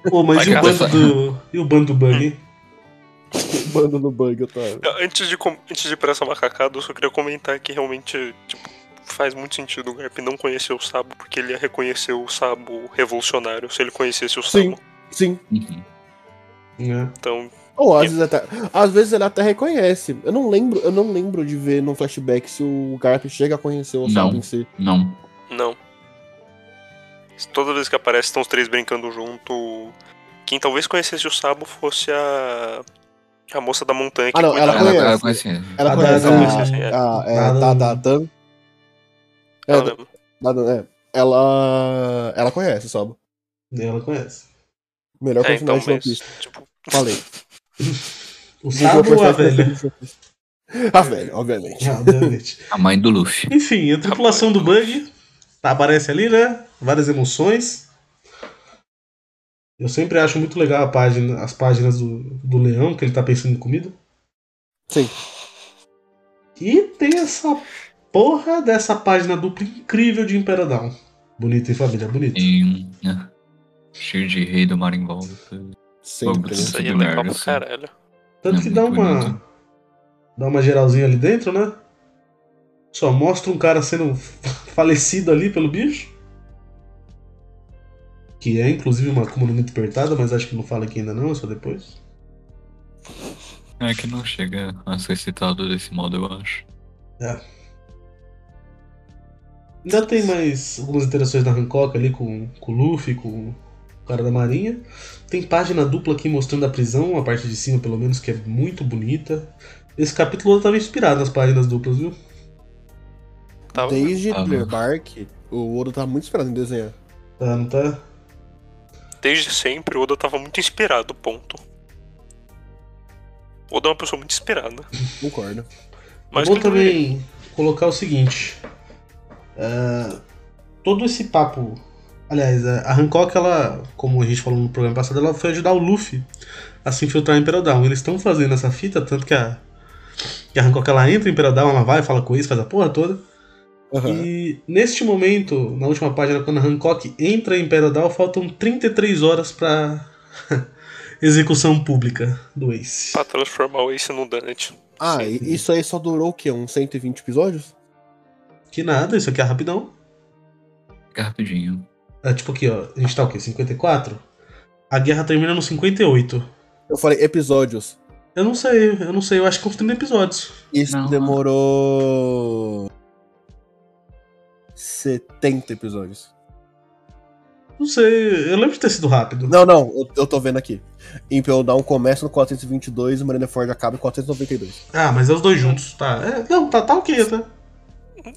S2: Pô, mas
S3: Vai
S2: e o, bando
S5: caçar.
S2: do, e o bando do Bug, hein?
S4: Bando no bug, Otávio.
S3: Antes de, com- antes de ir pra essa macacada, eu só queria comentar que realmente, tipo, faz muito sentido o Garp não conhecer o Sabo, porque ele ia reconhecer o Sabo revolucionário se ele conhecesse o Sabo.
S4: Sim. Sim.
S5: Uhum. Hum.
S2: É.
S3: Então,
S4: Ou às vezes até. Às vezes ele até reconhece. Eu não lembro, eu não lembro de ver num flashback se o Garp chega a conhecer o
S5: Não.
S4: Sabo em si.
S5: Não.
S3: Não. Toda vez que aparece, estão os três brincando junto. Quem talvez conhecesse o Sabo fosse a. A moça da montanha que
S4: Ah, não,
S3: cuidava.
S4: conhece.
S5: Ela, ela conhece. ele.
S4: Ela
S2: Ah,
S4: conhece
S2: tá, tá,
S4: a.
S3: tá.
S4: a- é,
S2: Nada-
S4: da, da Dan. É,
S3: Ela
S4: da-
S3: mesmo.
S4: da Dan, é. Ela. Ela conhece o Sabo.
S2: Ela conhece.
S4: Melhor
S3: É, então,
S4: personagem de One
S3: mas,
S4: Piece.
S3: tipo,
S4: Falei.
S2: O Sabo a velha.
S4: A velha, obviamente.
S2: Ah, obviamente.
S5: A mãe do Luffy.
S2: Enfim, a tripulação do Bug tá, aparece ali, né? Várias emoções. Eu sempre acho muito legal a página, as páginas do, do leão, que ele tá pensando em comida.
S4: Sim.
S2: E tem essa porra dessa página dupla incrível de Impera Down. Bonito, hein, família? Bonito.
S5: E, né, cheio de rei do mar em volta.
S4: Sempre. né?
S5: Vamos.
S3: isso aí é legal
S5: Tudo merda,
S3: pra
S5: sim.
S4: assim.
S3: caralho.
S2: Tanto que dá
S5: Muito
S2: uma.
S5: bonito.
S2: Dá uma geralzinha ali dentro, né? Só mostra um cara sendo falecido ali pelo bicho. Que é inclusive uma Akuma no muito apertada, mas acho que não fala aqui ainda não, é só depois.
S5: É que não chega a ser citado desse modo, eu acho.
S2: Ainda tem mais algumas interações na Hancock ali com, com o Luffy, com o cara da marinha. Tem página dupla aqui mostrando a prisão, a parte de cima pelo menos, que é muito bonita. Esse capítulo tava inspirado nas páginas duplas, viu?
S3: Tava-
S4: Desde
S5: Ah,
S4: Thriller
S5: não.
S4: Bark, o Oda tá muito esperado em desenhar.
S2: Tá, não tá?
S3: Desde sempre, o Oda tava muito inspirado, ponto. O Oda é uma pessoa muito inspirada.
S4: Concordo.
S2: É
S3: Mas
S2: Vou
S3: continue.
S2: também colocar o seguinte. ah, todo esse papo. Aliás, é, a a Hancock, ela, como a gente falou no programa passado, ela foi ajudar o Luffy a se infiltrar em Imperial Down. Eles estão fazendo essa fita, tanto que a, que a Hancock ela entra em Imperial Down, ela vai, fala com isso, faz a porra toda.
S4: Aham.
S2: E neste momento, na última página, quando a Hancock entra em Imperial Down, faltam 33 horas pra execução pública do Ace.
S3: é Pra transformar o Ace no Donut.
S4: Ah, e isso aí só durou o quê? Uns 120 episódios?
S2: Que nada, isso aqui é rapidão.
S5: Fica rapidinho.
S2: É, tipo aqui, ó. A gente tá o quê? 54? A guerra termina no 58.
S4: Eu falei episódios.
S2: Eu não sei, eu não sei. Eu acho que uns 30 episódios.
S4: Isso
S5: Não,
S4: demorou. 70 episódios.
S2: Não sei, eu lembro de ter sido rápido.
S4: Não, não, eu, eu tô vendo aqui. Impel Down começa no 422 e Marineford acaba em 492.
S2: Ah, mas é os dois juntos, tá. É, não, tá, tá ok, tá?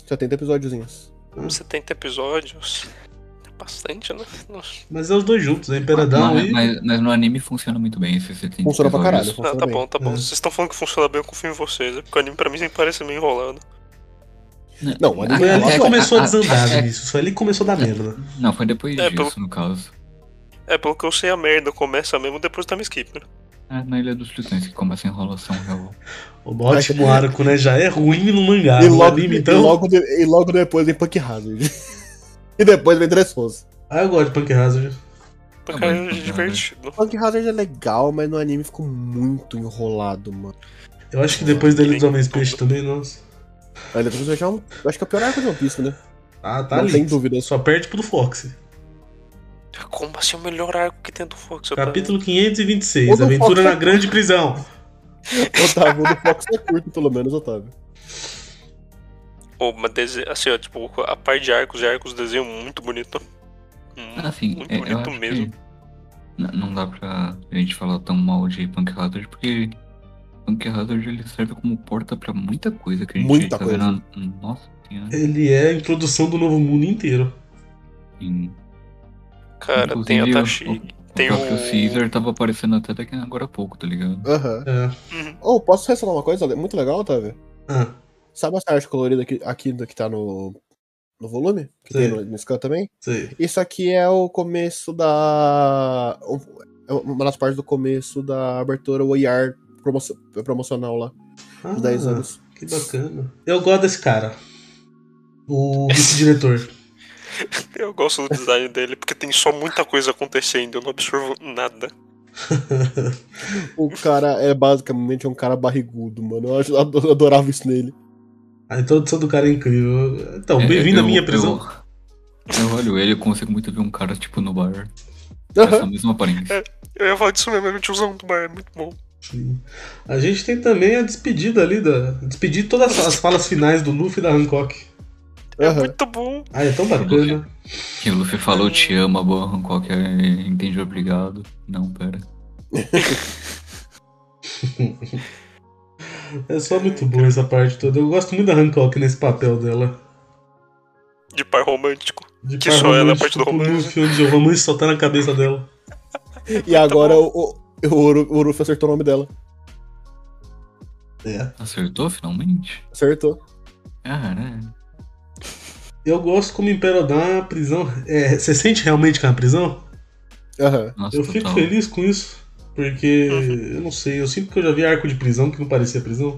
S4: 70 episódiozinhos.
S3: 70 episódios. É bastante, né? Nossa.
S2: Mas é os dois juntos, é Imperadão
S5: mas,
S2: e.
S5: mas- mas no anime funciona muito bem esse 70
S4: Funciona pra caralho.
S5: episódios.
S3: Não,
S4: Funciona
S3: tá
S4: bem.
S3: bom, tá bom.
S2: É.
S3: Vocês estão falando que funciona bem, eu confio em vocês. É porque o anime pra mim sempre parece meio enrolado.
S4: Não, o anime
S2: Foi
S4: é
S2: ali que
S4: Ah,
S2: começou a desandar,
S5: é-
S2: Vinícius. Foi ali que começou a dar merda.
S5: Não, foi depois
S3: É, pelo-
S5: disso, no caso.
S3: É, pelo que eu sei, a merda começa mesmo depois do time skip, né?
S5: É na Ilha dos Tritões que começa a enrolação real.
S2: O ótimo arco, né? Já é ruim no mangá.
S4: e,
S2: no
S4: logo,
S2: anime,
S4: e,
S2: então.
S4: logo de- e logo depois vem Punk Hazard. e depois vem Dressrosa.
S2: Ah, eu gosto de Punk Hazard.
S5: Tá
S3: Porque é
S5: bom, então,
S3: divertido.
S4: Punk Hazard é legal, mas no anime ficou muito enrolado, mano.
S2: Eu acho que depois dele dos Homens Peixe também, nossa.
S4: Olha, eu já- eu acho que é o pior arco de One Piece, né?
S2: Ah, tá
S4: Não
S2: ali.
S4: tem dúvida.
S2: Só perde pro do Fox.
S3: Como assim o melhor arco que tem do Fox? Eu tô-
S2: Capítulo 526,
S4: Ou do
S2: Aventura
S4: Fox. é
S2: na Grande Prisão.
S4: Otávio, o do Fox é curto, pelo menos, Otávio.
S3: Pô, mas dese... assim, ó, tipo, a parte de arcos e arcos desenho muito bonito. Hum,
S5: Assim,
S3: muito
S5: é, eu
S3: bonito
S5: acho
S3: mesmo.
S5: que n- não dá pra gente falar tão mal de Punk Hazard, porque Punk Hazard ele serve como porta pra muita coisa que a gente
S4: Muita
S5: tá
S4: coisa.
S5: vendo. Nossa senhora.
S2: Ele é a introdução do novo mundo inteiro. É.
S5: Sim.
S3: Cara, tem a
S5: Inclusive,
S3: Tashi.
S5: o-
S3: tem um
S5: o próprio
S3: o-
S5: Caesar tava aparecendo até daqui agora há pouco, tá ligado?
S4: Aham.
S2: É.
S3: Uhum.
S4: Oh, posso ressaltar uma coisa? Muito legal, Otávio.
S2: Ah,
S4: Sabe essa arte colorida aqui, aqui do que tá no, no volume? Que tem
S2: Sim.
S4: no, no scan também?
S2: sei.
S4: Isso aqui é o começo da. um- É uma das partes do começo da abertura OER promocio- promocional lá,
S2: Ah,
S4: dos 10 anos.
S2: Que bacana. Eu gosto desse cara. O vice-diretor.
S3: Eu gosto do design dele, porque tem só muita coisa acontecendo, eu não absorvo nada.
S4: O cara é basicamente um cara barrigudo, mano. Eu acho- eu ado- eu adorava isso nele.
S2: A introdução do cara é incrível. Então,
S5: É,
S2: bem-vindo à
S5: eu-
S2: minha prisão.
S5: Eu, eu olho ele e consigo muito ver um cara, tipo, no bar. com Essa
S4: Aham.
S5: mesma aparência.
S3: Eu ia falar disso mesmo, é um tiozão do bar, é muito bom.
S2: Sim. A gente tem também a despedida ali da. Despedir todas as falas finais do Luffy e da Hancock.
S3: É
S4: Aham.
S3: muito bom.
S2: Ah, é tão bacana.
S5: Que o Luffy falou, te amo, boa Hancock, é, entende, obrigado. Não, pera.
S2: É só muito boa essa parte toda. Eu gosto muito da Hancock nesse papel dela.
S3: De par romântico.
S2: De
S3: Que
S2: par
S3: só ela é a
S2: romântico
S3: parte do
S2: com o
S3: romance.
S2: Luffy, onde o romance só tá na cabeça dela.
S4: E agora o, o, o Uru- o Uruf acertou o nome dela.
S2: É.
S5: Acertou finalmente? É, né?
S4: Acertou.
S5: Caralho.
S2: Eu gosto como Império dá uma prisão. É, você sente realmente que é uma prisão?
S4: Aham.
S5: Nossa,
S2: Eu fico
S5: total.
S2: feliz com isso, porque eu não sei, eu sinto que eu já vi arco de prisão que não parecia prisão.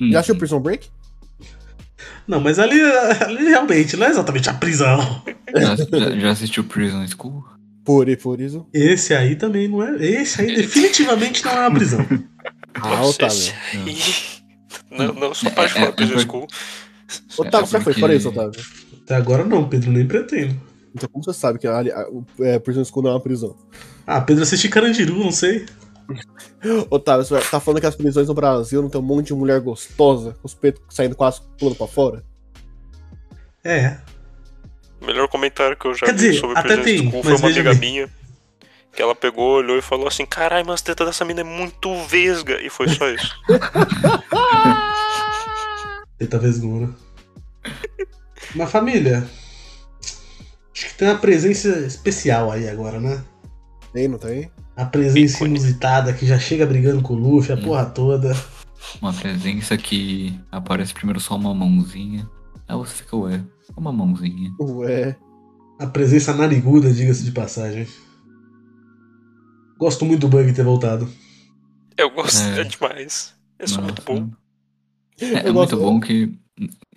S5: Hum,
S4: Já assistiu Prison Break?
S2: Não, mas ali, ali realmente não é exatamente a prisão.
S5: já, já- já assistiu Prison School?
S4: Por, por isso.
S2: Esse aí também não é. Esse aí definitivamente não é uma prisão.
S4: Ah,
S3: Nossa,
S4: Otávio.
S3: esse aí- Não, não, sou parte
S5: É, é,
S3: de
S5: é por-
S3: Prison School.
S4: Otávio, você já foi
S5: porque-
S4: fora isso, Otávio?
S2: Até agora não, Pedro, nem pretendo.
S4: Então como você sabe que a, a, o- é, Prison School não é uma prisão?
S2: Ah, Pedro assiste Carandiru, não sei.
S4: Otávio, você tá falando que as prisões no Brasil não tem um monte de mulher gostosa, com os peitos saindo quase pulando pra fora?
S2: É.
S3: Melhor comentário que eu já
S2: Quer
S3: vi
S2: dizer,
S3: sobre
S2: até
S3: presença de
S2: tem,
S3: cu
S2: mas
S3: foi uma
S2: veja
S3: amiga
S2: bem.
S3: minha. Que ela pegou, olhou e falou assim: Caralho, mas a teta dessa mina é muito vesga. E foi só isso.
S2: Tenta vesgura. Mas família. Acho que tem uma presença especial aí agora, né?
S4: Tem, não tem?
S2: A presença
S3: Ícone.
S2: inusitada que já chega brigando com o Luffy, a porra toda.
S5: Uma presença que aparece primeiro só uma mãozinha. Aí você fica, ué, só uma mãozinha.
S4: Ué.
S2: A presença nariguda, diga-se de passagem. Gosto muito do Bug ter voltado.
S3: Eu gosto
S5: É.
S3: é. demais. É só
S5: Nossa.
S3: muito bom.
S5: É, é
S4: Eu
S5: muito
S4: gosto-
S5: bom que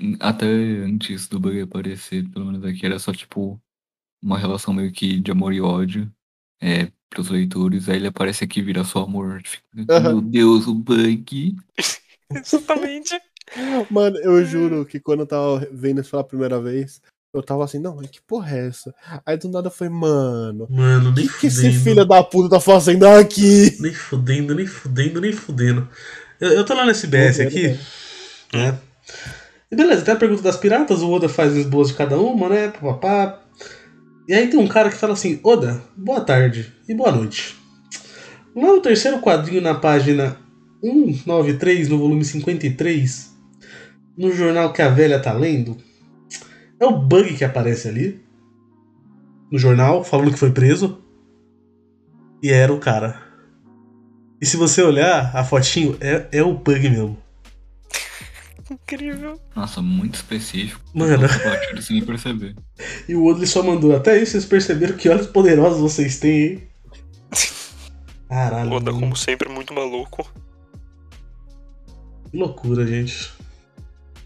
S5: hum, até antes do bug aparecer, pelo menos aqui, era só tipo uma relação meio que de amor e ódio é, pros leitores. Aí ele aparece aqui e vira só amor. Fica, Meu Deus, o bug.
S3: Exatamente.
S4: Mano, eu juro que quando eu tava vendo isso pela primeira vez, eu tava assim, não, mas que porra é essa? Aí do nada foi, mano,
S2: Mano,
S4: o
S2: nem
S4: que, que esse
S2: fudendo.
S4: filho da puta tá fazendo aqui?
S2: Nem fudendo, nem fudendo, nem fudendo. Eu, eu tô lá no SBS É, aqui, né? E beleza, tem a pergunta das piratas, o Oda faz o esboço de cada uma, né? Papapá. E aí tem um cara que fala assim, Oda, boa tarde e boa noite. Lá no terceiro quadrinho na página 193, no volume 53, no jornal que a velha tá lendo, é o Bug que aparece ali. No jornal, falando que foi preso. E era o cara. E se você olhar a fotinho, é, é o Bug mesmo.
S3: Incrível.
S5: Nossa, muito específico.
S2: Mano.
S5: Eu batido sem perceber.
S2: E o Woodley só mandou. Até isso vocês perceberam que olhos poderosos vocês têm, hein? Caralho.
S3: Oda,
S2: mano.
S3: como sempre, muito maluco.
S2: Que loucura, gente.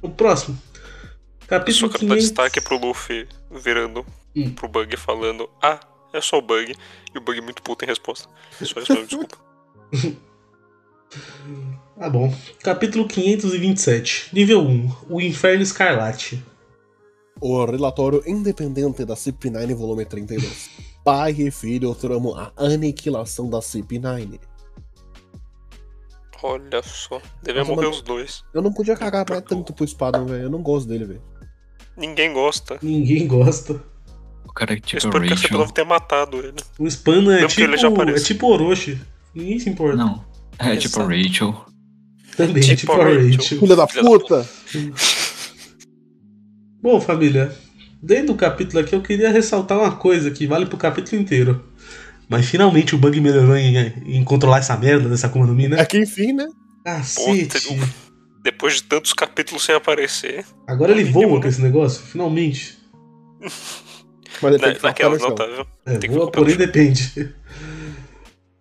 S2: O próximo.
S3: Só
S2: Capítulo
S3: quero dar
S2: 500.
S3: destaque pro Luffy virando
S2: Hum.
S3: pro Bug e falando: Ah, é só o Bug. E o Bug muito puto em resposta. É só isso mesmo, desculpa.
S2: Tá bom. Capítulo 527. Nível 1. O Inferno Escarlate.
S4: O relatório independente da CP9, volume 32. Pai e filho tramam a aniquilação da CP9.
S3: Olha só. Devia
S4: Nossa,
S3: morrer
S4: mano.
S3: os dois.
S4: Eu não podia cagar
S3: Tá
S4: mais tanto pro espadão, velho. Eu não gosto dele, velho.
S3: Ninguém gosta.
S2: Ninguém gosta.
S5: O cara que
S3: Eu
S5: tipo
S3: espero que a
S5: Rachel.
S3: Cepelov tenha matado ele.
S2: O Spana é
S3: Lembra que ele já
S2: tipo, é
S3: aparece.
S2: tipo Orochi. Ninguém se importa.
S5: Não. É tipo a
S3: Exato.
S5: Rachel.
S2: Também é
S3: Tipo
S2: tipo
S3: a Rachel.
S2: Rachel.
S4: Filha da
S3: Filha da puta.
S4: puta!
S2: Bom, família, dentro do capítulo aqui eu queria ressaltar uma coisa que vale pro capítulo inteiro. Mas finalmente o Bug melhorou em, em controlar essa merda dessa Akuma no Mi, né?
S4: Aqui enfim, né?
S2: Cacete!
S3: Puta, Depois de tantos capítulos sem aparecer.
S2: Agora ele voa com esse negócio, finalmente.
S4: Mas ele
S3: Na,
S4: tem que ficar no
S3: naquelas,
S4: chão.
S3: não, tá, viu?
S2: É,
S3: Tem que
S2: voa,
S3: ficar pelo
S2: porém depende.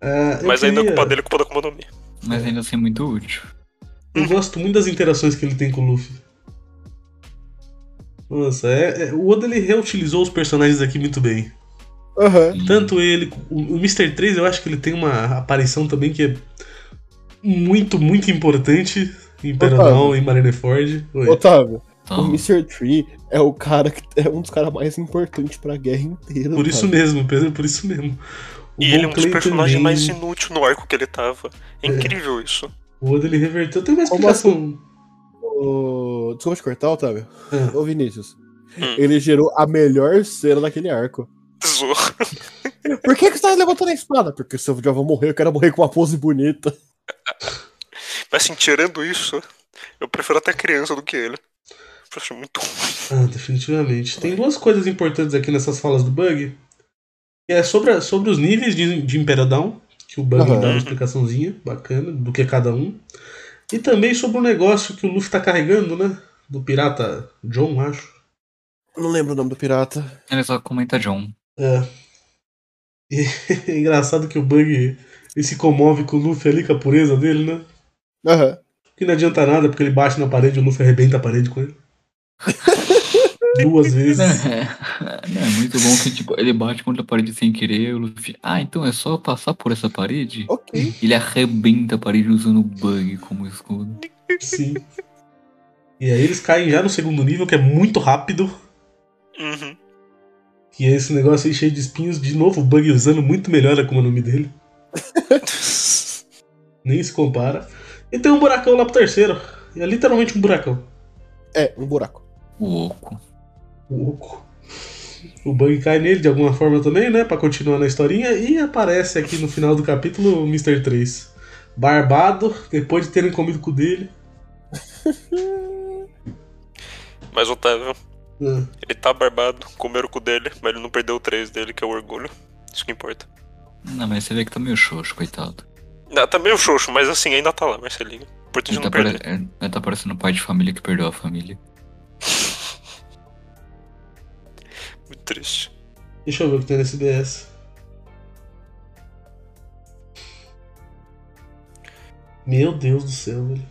S2: Ah, eu
S3: Mas ainda é
S2: queria-
S3: culpa dele, é culpa da Akuma no Mi. É.
S5: Mas ainda assim, muito útil.
S2: Eu gosto muito das interações que ele tem com o Luffy. Nossa, é- é- o Oda ele reutilizou os personagens aqui muito bem.
S4: Aham.
S3: É
S5: E-
S2: Tanto ele, o, o Mr. 3, eu acho que ele tem uma aparição também que é muito, muito importante em Perodão, em Marineford. Oi.
S4: Otávio, o
S5: Então,
S4: Mr. Tree é o cara que é um dos caras mais importantes pra guerra inteira.
S2: Por isso
S4: cara.
S2: mesmo, Pedro, por isso mesmo. O
S3: E ele é um dos
S2: Bonclay
S3: personagens
S2: também,
S3: mais inúteis no arco que ele tava. É incrível isso.
S2: O Oda ele reverteu. Tem uma
S4: Como assim?
S2: explicação.
S4: Ô, Desculpa te cortar, Otávio.
S2: Ah.
S4: Ô, Vinícius.
S3: Hum.
S4: Ele gerou a melhor cena daquele arco.
S3: Zoou.
S4: Por que, que você tá levantando a espada? Porque se eu já vou morrer, eu quero morrer com uma pose bonita.
S3: Mas assim, tirando isso, eu prefiro até criança do que ele. Eu acho muito ruim.
S2: Ah, definitivamente. Tem duas coisas importantes aqui nessas falas do Bug. Que é sobre, a- sobre os níveis de, de Imperadão, que o Bug
S4: Aham.
S2: dá uma explicaçãozinha bacana do que é cada um. E também sobre o negócio que o Luffy tá carregando, né? Do pirata John, acho.
S4: Não lembro o nome do pirata.
S5: ele só comenta John.
S2: É. E é engraçado que o Bug ele se comove com o Luffy ali, com a pureza dele, né?
S4: Aham.
S2: Que não adianta nada, porque ele bate na parede e o Luffy arrebenta a parede com ele. Duas
S5: Não,
S2: vezes.
S5: é, não, é muito bom que tipo, ele bate contra a parede sem querer. e O Luffy, ah, então é só eu passar por essa parede?
S4: Ok.
S5: Ele arrebenta a parede usando o bug como escudo.
S2: Sim. E aí eles caem já no segundo nível, que é muito rápido.
S3: Uhum.
S2: Que é esse negócio aí cheio de espinhos. De novo, o Bug usando muito melhor a Akuma no Mi dele. Nem se compara. E tem um buracão lá pro terceiro. É literalmente um buracão.
S4: É, um buraco.
S5: O oco.
S2: Louco. O Bug cai nele de alguma forma também, né? Pra continuar na historinha. E aparece aqui no final do capítulo o Mr. 3. Barbado, depois de terem comido com dele.
S3: Mas, Otávio,
S2: Ah,
S3: ele tá barbado, comeram o cu dele, mas ele não perdeu o 3 dele, que é o orgulho. Isso que importa.
S5: Não, mas você vê que tá meio xoxo, coitado.
S3: Ah, tá meio xoxo, mas assim, ainda tá lá, Marcelinho. Importante
S5: Ele
S3: não
S5: tá,
S3: perder.
S5: pare- ele tá parecendo um pai de família que perdeu a família.
S3: Muito triste.
S2: Deixa eu ver o que tem nesse DS. Meu Deus do céu, velho.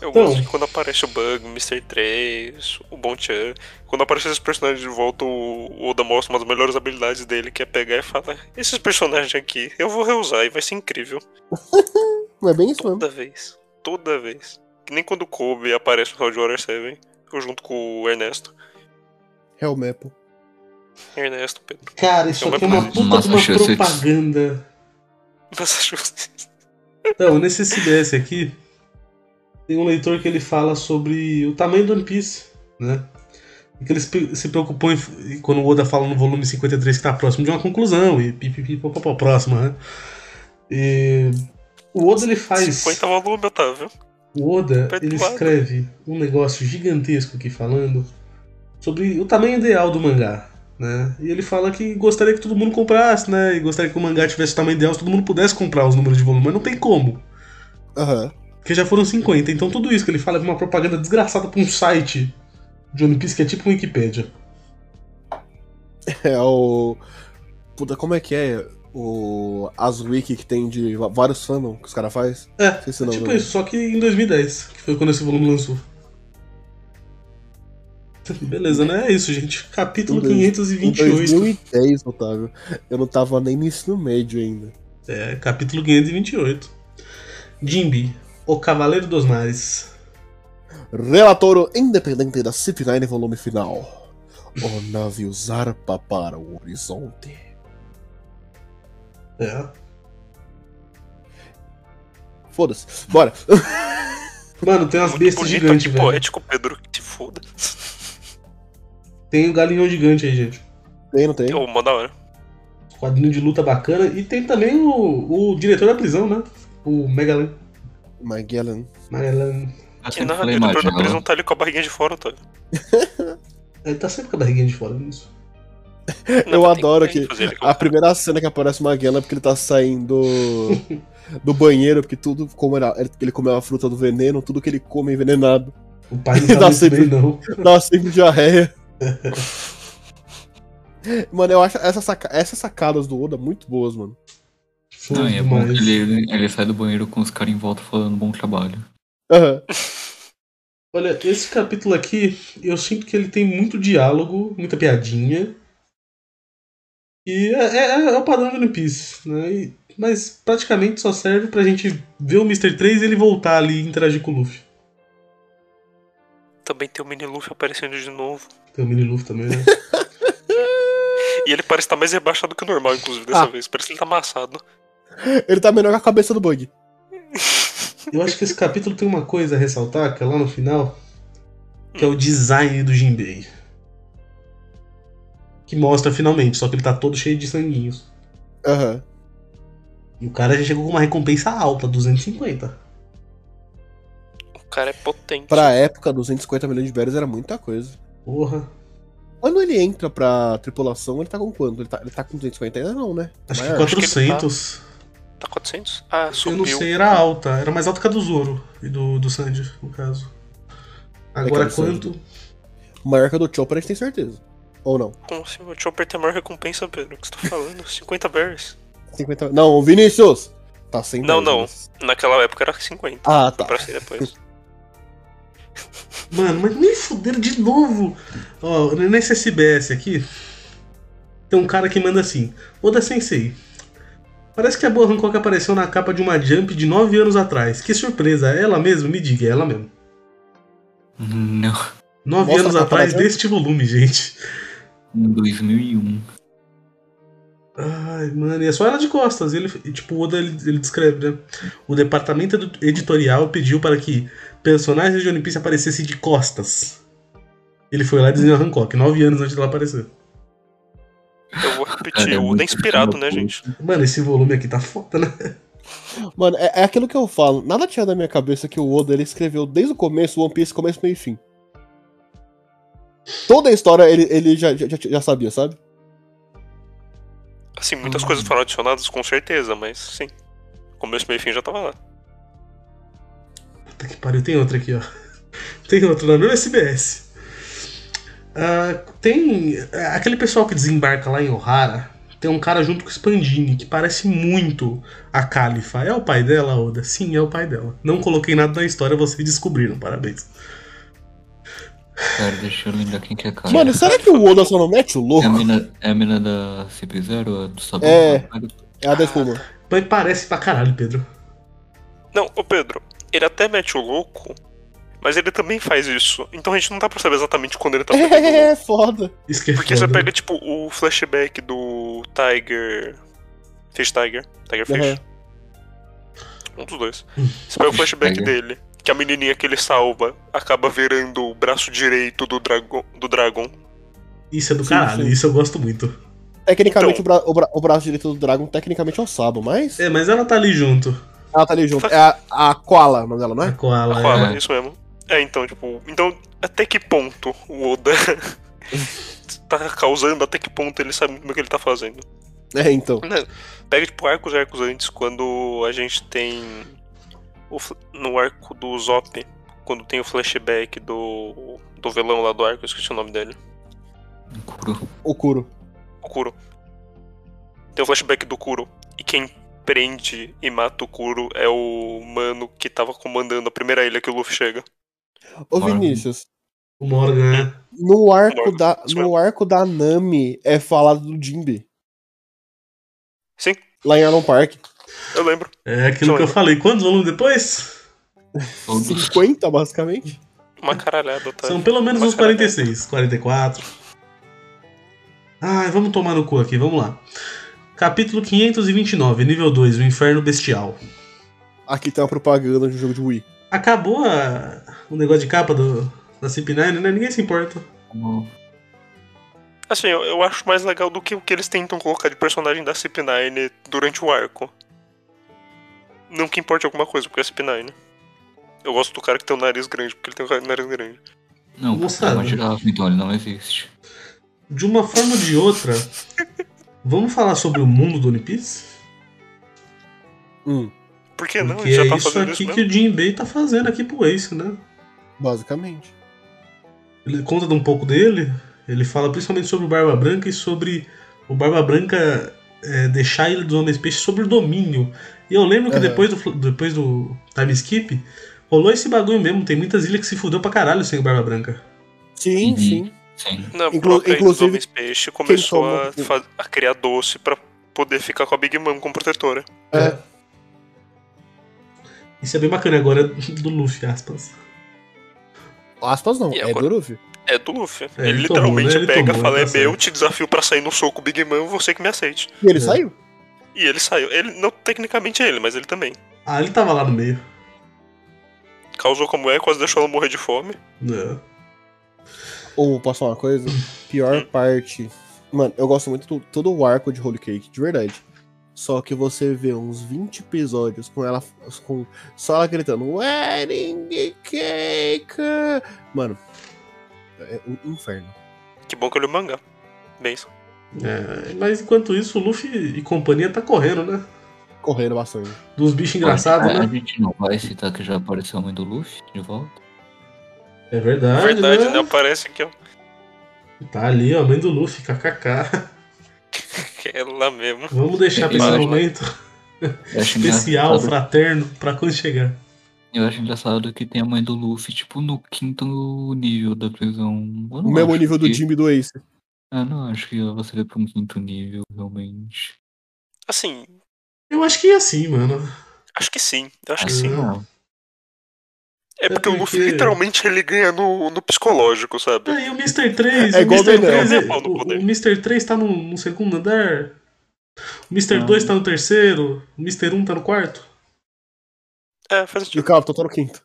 S3: Eu
S2: Então.
S3: gosto que quando aparece o Bug, o Mr. 3, o Bon Chan. Quando aparece esses personagens de volta, o o Oda mostra uma das melhores habilidades dele, que é pegar e falar: Esses personagens aqui, eu vou reusar e vai ser incrível.
S4: Não é bem isso mesmo.
S3: Toda vez. Toda vez. Que nem quando o Kobe aparece no Hell Water 7, eu junto com o Ernesto.
S4: Hell Maple.
S3: Ernesto, Pedro.
S2: Cara, isso
S3: Então
S2: aqui é
S3: vai
S2: uma
S5: pro
S2: puta de uma
S5: Massachusetts.
S2: propaganda.
S3: Massachusetts.
S2: Então, nesse CDS aqui, tem um leitor que ele fala sobre o tamanho do One Piece, né? E que ele se pre- se preocupou em, e quando o Oda fala no volume 53 que tá próximo de uma conclusão, e pipipi, popopó, próxima, né? E o Oda ele faz.
S3: 50 volume, Otávio.
S2: O Oda, ele
S3: Perdoado.
S2: escreve um negócio gigantesco aqui falando sobre o tamanho ideal do mangá, né? E ele fala que gostaria que todo mundo comprasse, né? E gostaria que o mangá tivesse o tamanho ideal, se todo mundo pudesse comprar os números de volume, mas não tem como,
S4: Aham.
S2: porque já foram 50. Então tudo isso que ele fala é uma propaganda desgraçada pra um site de One Piece que é tipo Wikipedia.
S4: É o. Puta, como é que é? O. As wiki que tem de va- vários fandom que os caras fazem?
S2: É,
S4: Esqueci o
S2: é
S4: nome
S2: tipo
S4: dele.
S2: isso, só que em 2010, que foi quando esse volume lançou. Beleza, né? É isso, gente. Capítulo
S4: Em dois- em
S2: 528.
S4: 2010, Otávio. Eu não tava nem no ensino médio ainda.
S2: É, capítulo 528. Jimby, o Cavaleiro dos Mares.
S4: Relatório independente da CP9, volume final. O navio zarpa para o horizonte.
S2: É.
S4: Foda-se. Bora.
S2: Mano, tem umas
S3: Muito
S2: bestas
S3: bonito tipo,
S2: gigantes,
S3: aqui,
S2: velho.
S3: poético, Pedro. Que se foda.
S2: Tem o galinhão gigante aí, gente.
S4: Tem, não tem?
S3: Ô, mó da hora.
S2: Quadrinho de luta bacana. E tem também o, o diretor da prisão, né? O Megalan.
S4: Magellan.
S2: Magellan.
S5: Eu
S3: Que
S5: sempre
S3: na
S5: falei né?
S3: diretor da
S5: Magela.
S3: prisão tá ali com a barriguinha de fora, Otávio.
S2: Ele tá sempre com a barriguinha de fora nisso.
S4: Eu
S3: mas tem
S4: adoro
S3: que
S4: que
S3: fazer ele
S4: a primeira cena que aparece o Magellan é porque ele tá saindo do banheiro, porque tudo como era, ele comeu a fruta do veneno, tudo que ele come é envenenado.
S2: O pai não
S4: Dá
S2: tá muito
S4: sempre-
S2: bem, não.
S4: Dá sempre diarreia. mano, eu acho essa saca- essas sacadas do Oda muito boas, mano.
S5: Não,
S2: Foda
S5: e é bom que
S2: demais.
S5: ele, ele sai do banheiro com os caras em volta falando bom trabalho.
S4: Aham.
S2: Olha, esse capítulo aqui, eu sinto que ele tem muito diálogo, muita piadinha. E é, é- é o padrão do One Piece, né? E- mas praticamente só serve pra gente ver o Mr. 3 e ele voltar ali e interagir com o Luffy.
S3: Também tem o mini Luffy aparecendo de novo.
S2: Tem o mini Luffy também, né?
S3: E ele parece estar mais rebaixado que o normal, inclusive, dessa
S4: Ah.
S3: vez. Parece que ele tá amassado.
S4: Ele tá melhor que a cabeça do Bug.
S2: Eu acho que esse capítulo tem uma coisa a ressaltar, que é lá no final, que é o design do Jinbei. Que mostra finalmente, só que ele tá todo cheio de sanguinhos.
S4: Aham.
S2: E o cara já chegou com uma recompensa alta, 250.
S3: O cara é potente.
S4: Pra época, 250 milhões de berries era muita coisa.
S2: Porra.
S4: Quando ele entra pra tripulação, ele tá com quanto? Ele tá, ele tá com 250 ainda não, né?
S2: Acho que
S4: Maior.
S3: que ele
S2: 400.
S3: Tá 400? Ah,
S2: Eu
S3: subiu.
S2: não sei, era alta. Era mais alta que a do Zoro e do, do Sanji, no caso. Agora
S4: É que era o
S2: quanto?
S4: Maior que a do Chopper, a gente tem certeza. Ou não?
S3: Como assim? O Chopper tem a maior recompensa, Pedro? O que você tá falando? 50 berries.
S4: 50... Não, o Vinícius! Tá sem
S3: Não,
S4: berries.
S3: Naquela época era 50.
S4: Ah, tá.
S3: Pra ser depois.
S2: Mano, mas nem fuderam de novo. Ó, nesse SBS aqui, tem um cara que manda assim: Oda Sensei. Parece que a boa Hancock apareceu na capa de uma Jump de 9 anos atrás. Que surpresa, é ela mesmo? Me diga, é ela mesmo.
S3: Uhum.
S5: Não,
S2: 9
S4: Mostra
S2: anos
S4: a capa da
S2: atrás
S4: Jump.
S5: um.
S2: deste volume, gente.
S5: em 2001.
S2: Ai, mano, e é só ela de costas. Ele, e, tipo, o Oda ele, ele descreve, né? O departamento edu- editorial pediu para que personagens de One Piece aparecessem de costas. Ele foi lá e desenhou Hancock, nove anos antes dela aparecer.
S3: Eu vou
S5: Cara,
S3: repetir, o
S5: muito
S3: Oda é inspirado,
S5: filho
S3: né,
S5: da
S3: gente?
S2: Mano, esse volume aqui tá foda, né?
S4: Mano, é, é aquilo que eu falo. Nada tinha da minha cabeça que o Oda ele escreveu desde o começo, One Piece, começo, meio e fim. Toda a história ele, ele já, já, já sabia, sabe?
S3: Assim, muitas coisas foram adicionadas com certeza, mas sim. Começo, meio e fim já tava lá.
S2: Puta que pariu, tem outra aqui, ó. Tem é outra na mesma SBS. Ah, tem ah, aquele pessoal que desembarca lá em Ohara. Tem um cara junto com o Spandini que parece muito a Califa. É o pai dela, Oda? Sim, é o pai dela. Não coloquei nada na história, vocês descobriram, parabéns.
S5: Cara, deixa eu lembrar quem que é, cara.
S4: Mano, será que o Oda só não mete o
S5: é, a
S4: louco?
S5: mina, é a mina da CP0, a do sabão?
S4: É. É a da espuma.
S2: Mas parece pra caralho, Pedro.
S3: Não, o Pedro, ele até mete o louco, mas ele também faz isso. Então a gente não dá pra saber exatamente quando ele tá metendo o louco.
S4: É, foda.
S2: Isso que é
S3: Porque
S2: foda.
S3: você pega, tipo, o flashback do Tiger. Fish Tiger? Tiger Fish?
S4: Aham.
S3: Um dos dois. Você pega o flashback
S5: Tiger.
S3: dele, que a menininha que ele salva acaba virando o braço direito do dragão. Do dragão.
S2: Isso é do
S4: Sim,
S2: caralho,
S4: sim.
S2: isso eu gosto muito.
S4: Tecnicamente,
S3: Então.
S4: o, bra- o, bra- o braço direito do Dragon, tecnicamente é o Sabo, mas.
S2: É, mas ela tá ali junto.
S4: Ela tá ali junto. É a, a Koala, o nome dela, não
S2: A
S4: é?
S2: Koala.
S3: A
S2: é.
S3: Koala, isso mesmo. É, então, tipo, então, até que ponto o Oda tá causando, até que ponto ele sabe muito bem o que ele tá fazendo.
S4: É, então.
S3: Né? Pega, tipo, arcos e arcos antes, quando a gente tem. o fl- no arco do Zop, quando tem o flashback do. do velão lá do arco, eu esqueci o nome dele.
S5: Curo.
S4: O Kuro.
S3: O Kuro. Tem o flashback do Kuro. E quem prende e mata o Kuro é o mano que tava comandando a primeira ilha que o Luffy chega.
S4: Ô,
S5: Morgan.
S4: Vinícius.
S2: O Morgan, né?
S4: No arco,
S3: Morgan,
S4: da,
S3: isso
S4: no arco da Nami é falado do Jimbe.
S3: Sim.
S4: Lá em Anon Park.
S3: Eu lembro.
S2: É aquilo que eu falei. Quantos volumes depois?
S5: Todos.
S4: 50, basicamente.
S3: Uma caralhada, tá?
S2: São pelo menos
S3: Uma
S2: uns 46, 44. Ai, vamos tomar no cu aqui, vamos lá. Capítulo 529, nível 2, o Inferno Bestial.
S4: Aqui tem uma propaganda de um jogo de Wii.
S2: Acabou a- o negócio de capa do, da CP9, né? Ninguém se importa.
S5: Como-
S3: Assim, eu, eu acho mais legal do que o que eles tentam colocar de personagem da CP9 durante o arco. Não que importe alguma coisa, porque é CP9. Eu gosto do cara que tem o nariz grande, porque ele tem o nariz grande.
S5: Não,
S2: Moçada.
S5: é uma girafa, então ele não existe.
S2: De uma forma ou de outra, vamos falar sobre o mundo do One Piece?
S4: Hum,
S3: Por que não?
S2: Porque
S3: Ele já
S2: é
S3: tá
S2: isso
S3: fazendo
S2: aqui
S3: isso mesmo.
S2: que o Jinbei tá fazendo aqui pro Ace, né?
S4: basicamente.
S2: ele conta de um pouco dele. Ele fala principalmente sobre o Barba Branca e sobre o Barba Branca é, deixar ele dos homens peixes sobre o domínio. E eu lembro que
S4: Aham.
S2: depois, do, fl- depois do time skip, rolou esse bagulho mesmo. Tem muitas ilhas que se fudeu pra caralho sem o Barba Branca.
S4: Sim,
S5: Uhum.
S4: sim.
S5: Sim.
S3: Na
S4: Inclu-
S3: própria Ilha dos
S4: inclusive,
S3: Homens Peixe começou
S4: toma-
S3: a, fa- a criar doce pra poder ficar com a Big Mom como protetora.
S4: É.
S2: Isso é bem bacana agora do Luffy, aspas.
S4: Aspas não,
S3: E
S4: é
S3: agora?
S4: Duruvi.
S3: É do Luffy.
S2: É,
S3: ele
S2: ele tomou,
S3: literalmente
S2: né? Ele
S3: pega
S2: tomou,
S3: e fala:
S2: tá
S3: É meu,
S2: certo."
S3: te desafio pra sair no soco Big Mom, você que me aceite.
S4: E ele
S2: É.
S4: saiu.
S3: E ele saiu. Ele, não tecnicamente ele, mas ele também.
S2: Ah, ele tava lá no meio.
S3: Causou como é, quase deixou ela morrer de fome.
S2: Não.
S4: Ou posso falar uma coisa? Pior
S5: Hum.
S4: parte. Mano, eu gosto muito do, todo o arco de Holy Cake, de verdade. Só que você vê uns 20 episódios com ela. Com, só ela gritando Wedding Cake! Mano, é um inferno.
S3: Que bom que eu li o mangá. Bem,
S2: É, mas enquanto isso, o Luffy e companhia tá correndo, né?
S4: Correndo bastante.
S2: Dos bichos engraçados,
S5: a, É, a
S2: né?
S5: gente não vai citar que já apareceu a mãe do Luffy de volta.
S2: É verdade,
S3: verdade, né?
S2: né?
S3: Aparece que é
S2: Tá ali, ó, a mãe do Luffy, kkk.
S3: ela é mesmo.
S2: Vamos deixar pra esse
S5: Imagem.
S2: momento.
S5: Eu acho
S2: especial,
S5: engraçado-
S2: fraterno, pra quando chegar.
S5: Eu acho engraçado que tem a mãe do Luffy, tipo, no quinto nível da prisão. Eu
S4: O
S5: não
S4: mesmo
S5: acho
S4: nível do
S5: que-
S4: Jimmy e do Ace.
S5: Ah, não, acho que você vê pra um quinto nível, realmente.
S3: Assim,
S2: Eu acho que é assim, mano.
S3: acho que sim. Eu acho que
S5: Ah,
S3: sim.
S5: não.
S3: É porque o Luffy
S2: porque-
S3: literalmente ele ganha no, no psicológico, sabe?
S2: Aí o Mr. 3,
S4: É
S2: o
S4: igual
S2: Mr.
S4: Daniel.
S2: 3,
S3: Daniel
S2: o,
S3: no poder.
S2: o Mr. 3 tá no, no segundo andar. O Mr.
S5: Ah.
S2: 2 tá no terceiro, o Mr. 1 tá no quarto.
S3: É, faz
S4: E o
S3: sentido.
S4: Calvo, tô no quinto.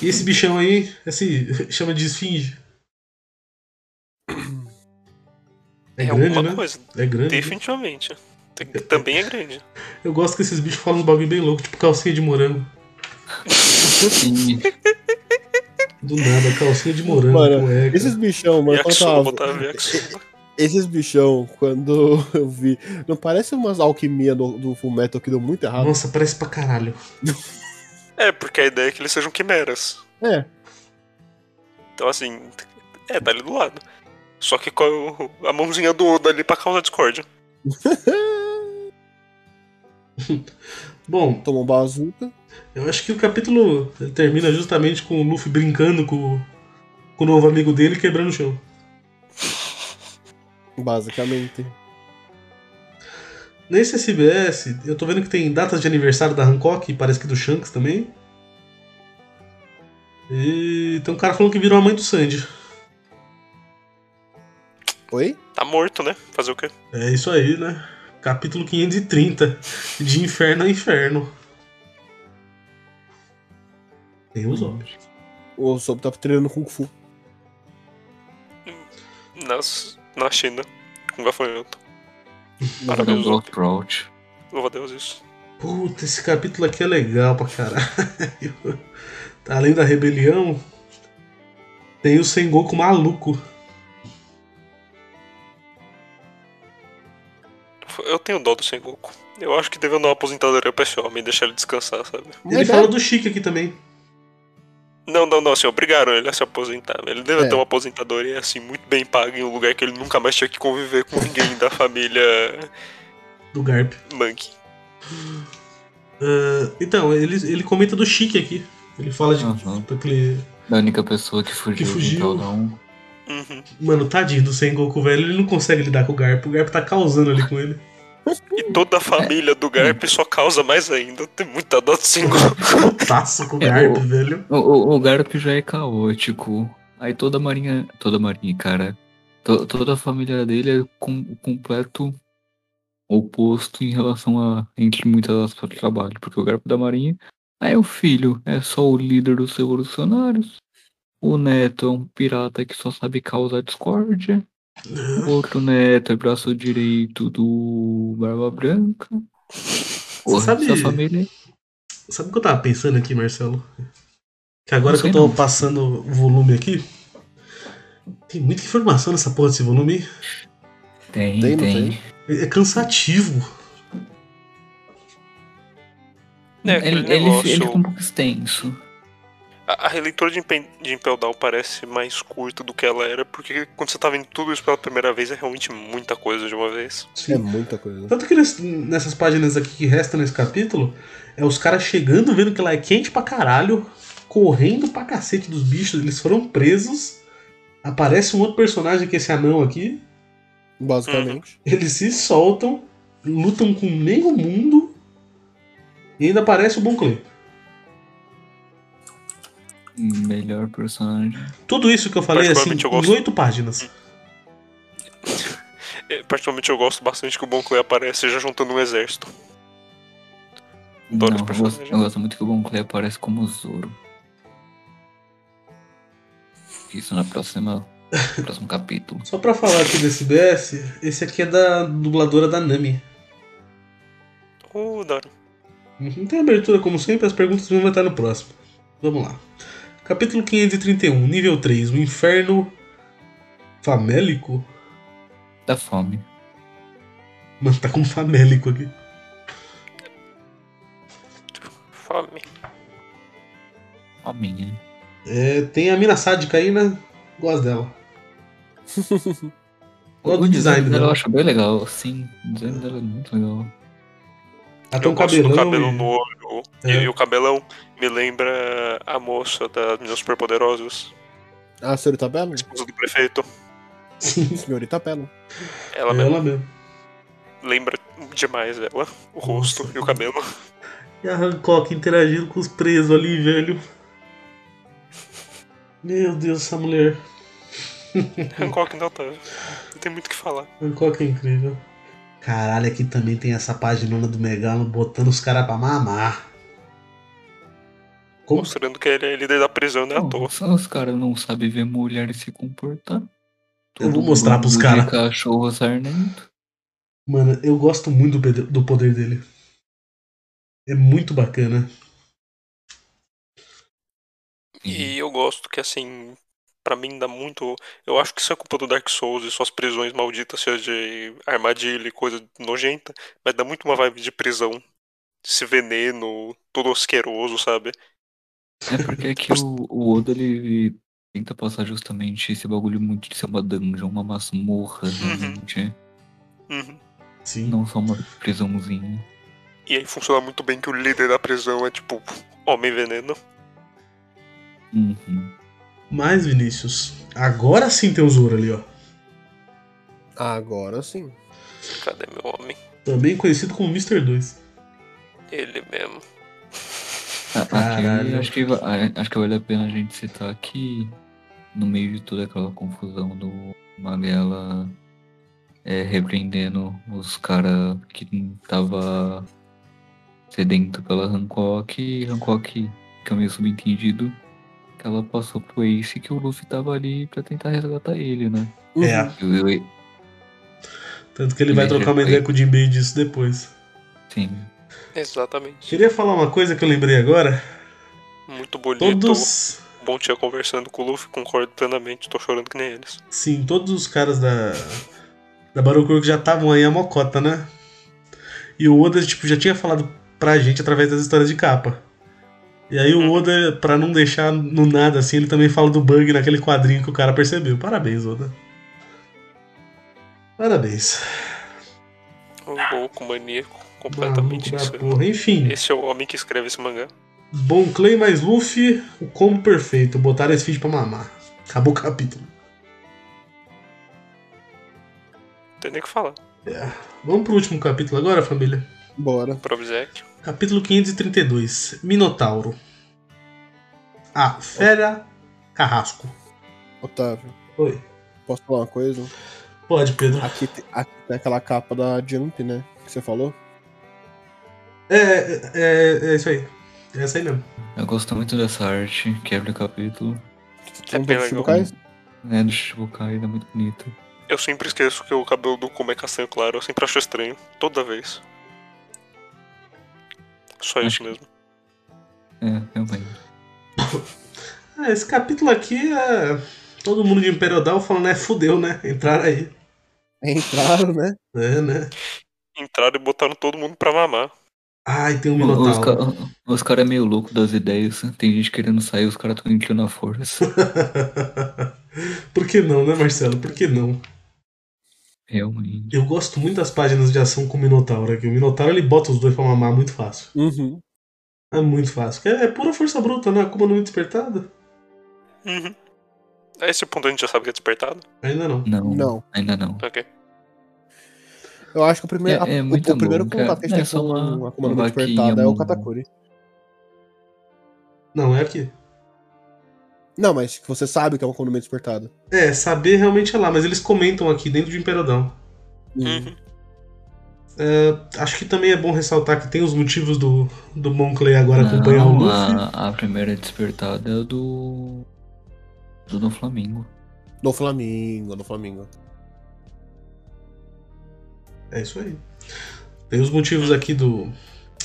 S2: E esse bichão aí, esse chama de esfinge. É,
S3: É
S2: grande,
S3: alguma
S2: né?
S3: coisa,
S2: É grande. né?
S3: definitivamente. Tem- Também é grande.
S2: Eu gosto que esses bichos falam uns bagulho bem louco, tipo calcinha de morango.
S5: Sim,
S2: Do nada, calcinha de morango,
S4: Mano,
S2: cueca.
S4: Esses bichão, mano, quando
S3: Yakisoba,
S4: tava-
S3: botava Yakisoba.
S4: Esses bichão, quando eu vi. Não parece umas alquimia do, do Fullmetal que deu muito errado?
S2: Nossa, parece pra caralho.
S3: É, porque a ideia é que eles sejam quimeras.
S4: É.
S3: Então, assim, é, tá ali do lado. Só que com a mãozinha do Oda ali pra causar discórdia.
S2: Bom,
S4: Tomou bazuca.
S2: Eu acho que o capítulo termina justamente com o Luffy brincando com, com o novo amigo dele e quebrando o chão.
S4: Basicamente.
S2: Nesse SBS, eu tô vendo que tem datas de aniversário da Hancock, e parece que do Shanks também. E tem um cara falando que virou a mãe do Sandy.
S4: Oi?
S3: Tá morto, né? Fazer o quê?
S2: É isso aí, né? Capítulo 530, de inferno a inferno. Tem os homens.
S4: O Sob tá treinando Kung Fu.
S3: Nas, na China, com gafanhoto.
S5: eu
S3: Parabéns,
S5: gosto do Roach.
S3: louva a Oh, Deus isso.
S2: Puta, esse capítulo aqui é legal pra caralho. Tá, além da rebelião, tem o Sengoku maluco.
S3: Eu tenho dó do Sengoku. Eu acho que devia dar uma aposentadoria pra esse homem e deixar ele descansar, sabe?
S2: Ele
S4: é.
S2: fala do Chique aqui também.
S3: Não, não, não, assim, obrigaram ele a se aposentar. velho. Ele deve
S4: É.
S3: ter uma aposentadoria, assim, muito bem paga em um lugar que ele nunca mais tinha que conviver com ninguém da família
S2: Do Garp.
S3: Monkey.
S2: Ah, então, ele, ele comenta do Chique aqui. Ele fala de. tipo,
S5: Aham.
S2: daquele-
S5: Da única pessoa que fugiu, então
S2: Que fugiu.
S5: do Impel
S3: Uhum.
S2: Mano, tadinho do Sengoku, velho. Ele não consegue lidar com o Garp. O Garp tá causando ali com ele.
S3: E toda a família do Garp só causa mais ainda. Tem muita dó do Sengoku.
S2: Putaço com o
S5: É,
S2: Garp,
S5: o-
S2: velho.
S5: O, o, o Garp já é caótico. Aí toda a marinha. Toda a marinha, cara. to- toda a família dele é com, o completo oposto em relação a. Entre muitas aspas do trabalho. Porque o Garp da marinha é o filho, é só o líder dos revolucionários. O neto é um pirata que só sabe causar discórdia. O outro neto é braço direito do Barba Branca. Porra,
S2: sabe-
S5: essa família.
S2: Sabe o que eu tava pensando aqui, Marcelo? Que agora
S5: Não
S2: que eu
S5: sei
S2: tô
S5: não.
S2: passando o volume aqui. Tem muita informação nessa porra desse volume, hein?
S5: Tem,
S4: Tem,
S5: tem.
S4: não
S2: É é cansativo.
S3: É, aquele
S5: ele, ele,
S3: negócio-
S5: ele fica um pouco extenso.
S3: A, a releitura de, Impen- de Impel Down parece mais curta do que ela era, porque quando você tá vendo tudo isso pela primeira vez, é realmente muita coisa de uma vez.
S4: É muita coisa.
S2: Tanto que ness- nessas páginas aqui que restam nesse capítulo, é os caras chegando, vendo que lá é quente pra caralho, correndo pra cacete dos bichos, eles foram presos. Aparece um outro personagem que é esse anão aqui,
S4: Basicamente.
S2: eles se soltam, lutam com meio mundo, e ainda aparece o Bon Clay.
S5: Melhor personagem.
S2: Tudo isso que eu falei assim,
S3: Particularmente eu
S2: em
S3: gosto.
S2: oito páginas.
S3: É, particularmente eu gosto bastante que o Bon Clay aparece já juntando um exército. Adoro
S5: Não,
S3: esse
S5: eu, gosto,
S3: personagem.
S5: eu gosto muito que o Bon Clay aparece como Zoro. Isso na próxima. no próximo capítulo.
S2: Só pra falar aqui desse BS, esse aqui é da dubladora da Nami.
S3: Uh, da hora.
S2: Não Uhum. tem abertura, como sempre, as perguntas vão estar no próximo. Vamos lá. Capítulo 531, nível 3, o inferno famélico?
S5: Da fome.
S2: Mano, tá com famélico aqui.
S3: Fome.
S5: Fominha.
S2: É, tem a mina sádica aí, né? Gosto dela. Gosto do design
S5: dela eu
S2: dela.
S5: acho bem legal, sim. O design dela é muito legal.
S2: Ela tem
S3: Eu
S2: um
S3: gosto do
S2: cabelão.
S3: cabelo
S2: e-
S3: no olho. E,
S2: É.
S3: e o cabelão me lembra a moça das Meninas Superpoderosas,
S4: Ah, senhorita Bela?
S3: esposa do prefeito.
S2: Sim,
S4: Senhorita Bela.
S3: Ela
S2: ela
S3: mesmo
S2: mesmo.
S3: lembra demais ela, o rosto
S2: É. Nossa.
S3: e o cabelo.
S2: E a Hancock interagindo com os presos ali, velho. Meu Deus, essa mulher.
S3: Hancock ainda tá. Não tem muito o que falar.
S2: Hancock é incrível. Caralho, aqui também tem essa paginona do Megalo botando os caras pra mamar. Como
S3: Mostrando que ele é líder da prisão, né? À toa.
S5: Nossa, os caras não sabem ver mulheres se comportar.
S2: Eu vou
S5: Todo
S2: mostrar pros
S5: mundo
S2: cara.
S5: de cachorro sarnento.
S2: Mano, eu gosto muito do pede- do poder dele. É muito bacana.
S3: E eu gosto que, assim, pra mim dá muito. Eu acho que isso é culpa do Dark Souls e suas prisões malditas, seja de armadilha e coisa nojenta, mas dá muito uma vibe de prisão. Esse veneno, todo asqueroso, sabe?
S5: É porque é que o, o Oda ele tenta passar justamente esse bagulho muito de ser uma dungeon, uma masmorra, realmente.
S3: Uhum.
S2: Sim.
S5: Não só uma prisãozinha.
S3: E aí funciona muito bem que o líder da prisão é tipo homem veneno.
S5: Uhum.
S2: Mas, Vinícius, agora sim tem o Zoro ali, ó.
S4: Agora sim.
S3: Cadê meu homem?
S2: Também conhecido como Mr. 2.
S3: Ele mesmo.
S5: Ah, aqui,
S2: Caralho.
S5: acho, que, va- ah, acho que vale a pena a gente citar que no meio de toda aquela confusão do Magela é, repreendendo os caras que tava sedento pela Hancock e Hancock, que é meio subentendido, que ela passou pro Ace que o Luffy tava ali pra tentar resgatar ele, né?
S4: Uhum.
S2: É.
S5: E o- e-
S2: Tanto que ele vai trocar uma ideia com o Jinbei disso depois.
S5: Sim.
S3: Exatamente.
S2: Queria falar uma coisa que eu lembrei agora.
S3: Muito bonito. Um
S2: Todos.
S3: Bom dia conversando com o Luffy, concordo plenamente, tô chorando que nem eles.
S2: Sim, todos os caras da. Da Barucuru que já estavam aí a mocota, né? E o Oda, tipo, já tinha falado pra gente através das histórias de capa. E aí o Oda, pra não deixar no nada assim, ele também fala do bug naquele quadrinho que o cara percebeu. Parabéns, Oda. Parabéns.
S3: Um louco, maníaco, completamente
S2: Maluco da
S3: insano.
S2: porra. Enfim.
S3: Esse é o homem que escreve esse mangá.
S2: Bom Clay mais Luffy, o combo perfeito. Botaram esse vídeo pra mamar. Acabou o capítulo.
S3: Não tem nem o que falar.
S2: Vamos pro último capítulo agora, família?
S4: Bora.
S3: Provisect.
S2: Capítulo 532. Minotauro. A Fera Carrasco.
S4: Otávio,
S2: Oi.
S4: posso falar uma coisa?
S2: Pode, Pedro.
S4: Aqui, te- aqui tem aquela capa da Jump, né? Que você falou.
S2: É, é, é, é isso aí. É essa aí mesmo.
S5: Eu gosto muito dessa arte, quebra o capítulo.
S4: Tem um
S3: bem
S4: dos
S3: legal.
S4: Shibukais?
S5: É do Shichibukai, é muito bonito.
S3: Eu sempre esqueço que o cabelo do Kuma é castanho claro, eu sempre acho estranho. Toda vez. Só
S5: Acho
S3: isso
S5: que-
S3: mesmo.
S5: É, realmente.
S2: Ah, esse capítulo aqui é. Todo mundo de Imperodal falando, é fudeu, né? Entraram aí.
S4: Entraram, né?
S2: É, né?
S3: Entraram e botaram todo mundo pra mamar.
S2: Ai, tem um
S5: Os,
S2: Minotauro.
S5: ca- os caras é meio louco das ideias. né? Tem gente querendo sair, os caras estão entrando na força.
S2: Por que não, né, Marcelo? Por que não?
S5: Realmente.
S2: Eu gosto muito das páginas de ação com o Minotauro aqui. O Minotauro ele bota os dois pra mamar muito fácil.
S4: Uhum.
S2: É muito fácil. É, é pura força bruta, né? A Kuma não é despertada?
S3: Uhum. A esse ponto a gente já sabe que é despertado?
S2: Ainda não.
S5: Não,
S4: Não.
S5: ainda não.
S3: Ok.
S4: Eu acho que o primeiro,
S5: É- é
S4: a- o,
S5: muito
S4: o primeiro
S5: bom, cara.
S4: contato que a
S5: Não é
S4: gente
S5: só
S4: tem
S5: uma-
S4: com a Akuma no
S5: uma
S4: Mi
S5: vaquinha,
S4: despertada é o
S5: mano.
S4: Katakuri.
S2: Não, é aqui.
S4: Não, mas que você sabe que é uma Akuma no Mi despertada.
S2: É, saber realmente é lá, mas eles comentam aqui dentro de Imperadão.
S4: Uhum.
S3: Uhum.
S2: Acho que também é bom ressaltar que tem os motivos do, do Monclay agora acompanhar o
S5: Não,
S2: Luffy.
S5: a, a primeira despertada é do. do Don Flamengo.
S4: No Flamingo, no Flamingo.
S2: É isso aí. Tem os motivos aqui do,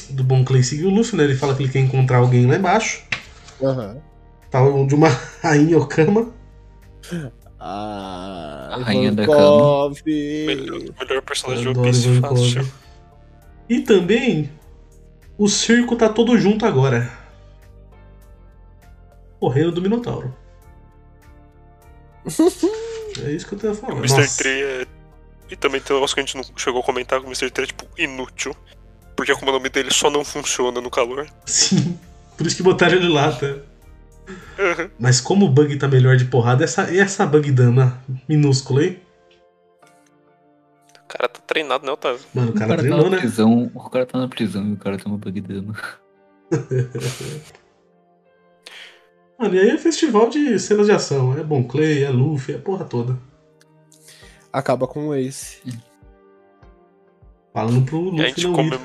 S2: do Monclay seguir o Luffy, né? Ele fala que ele quer encontrar alguém lá embaixo.
S4: Aham.
S2: Falam de uma rainha Okama.
S4: Ah,
S5: A rainha da
S4: Ivankov.
S3: Melhor, melhor personagem de
S2: Eu
S3: One
S2: adoro
S3: Piece
S2: Ivan Kobe.
S3: fácil.
S2: E também o circo tá todo junto agora. O reino do Minotauro. é isso que eu tenho a falar.
S3: O Mr.
S2: Nossa.
S3: 3 é. E também tem um negócio que a gente não chegou a comentar que o Mr. 3 é tipo inútil. Porque como o nome dele só não funciona no calor.
S2: Sim. Por isso que botaram ele lá, tá?
S3: Uhum.
S2: Mas como o bug tá melhor de porrada, essa, e essa bug dama minúscula aí?
S3: O cara tá treinado, né, Otávio?
S2: Mano, o cara
S5: tá
S2: treinou,
S5: na
S2: né?
S5: prisão, o cara tá na prisão e o cara tem uma bagdama.
S2: Mano, e aí é festival de cenas de ação. É Bon Clay, é Luffy, é a porra toda.
S4: Acaba com o Ace.
S2: Falando pro
S3: E a
S2: Luffy
S3: gente
S2: não
S3: come...
S2: ir.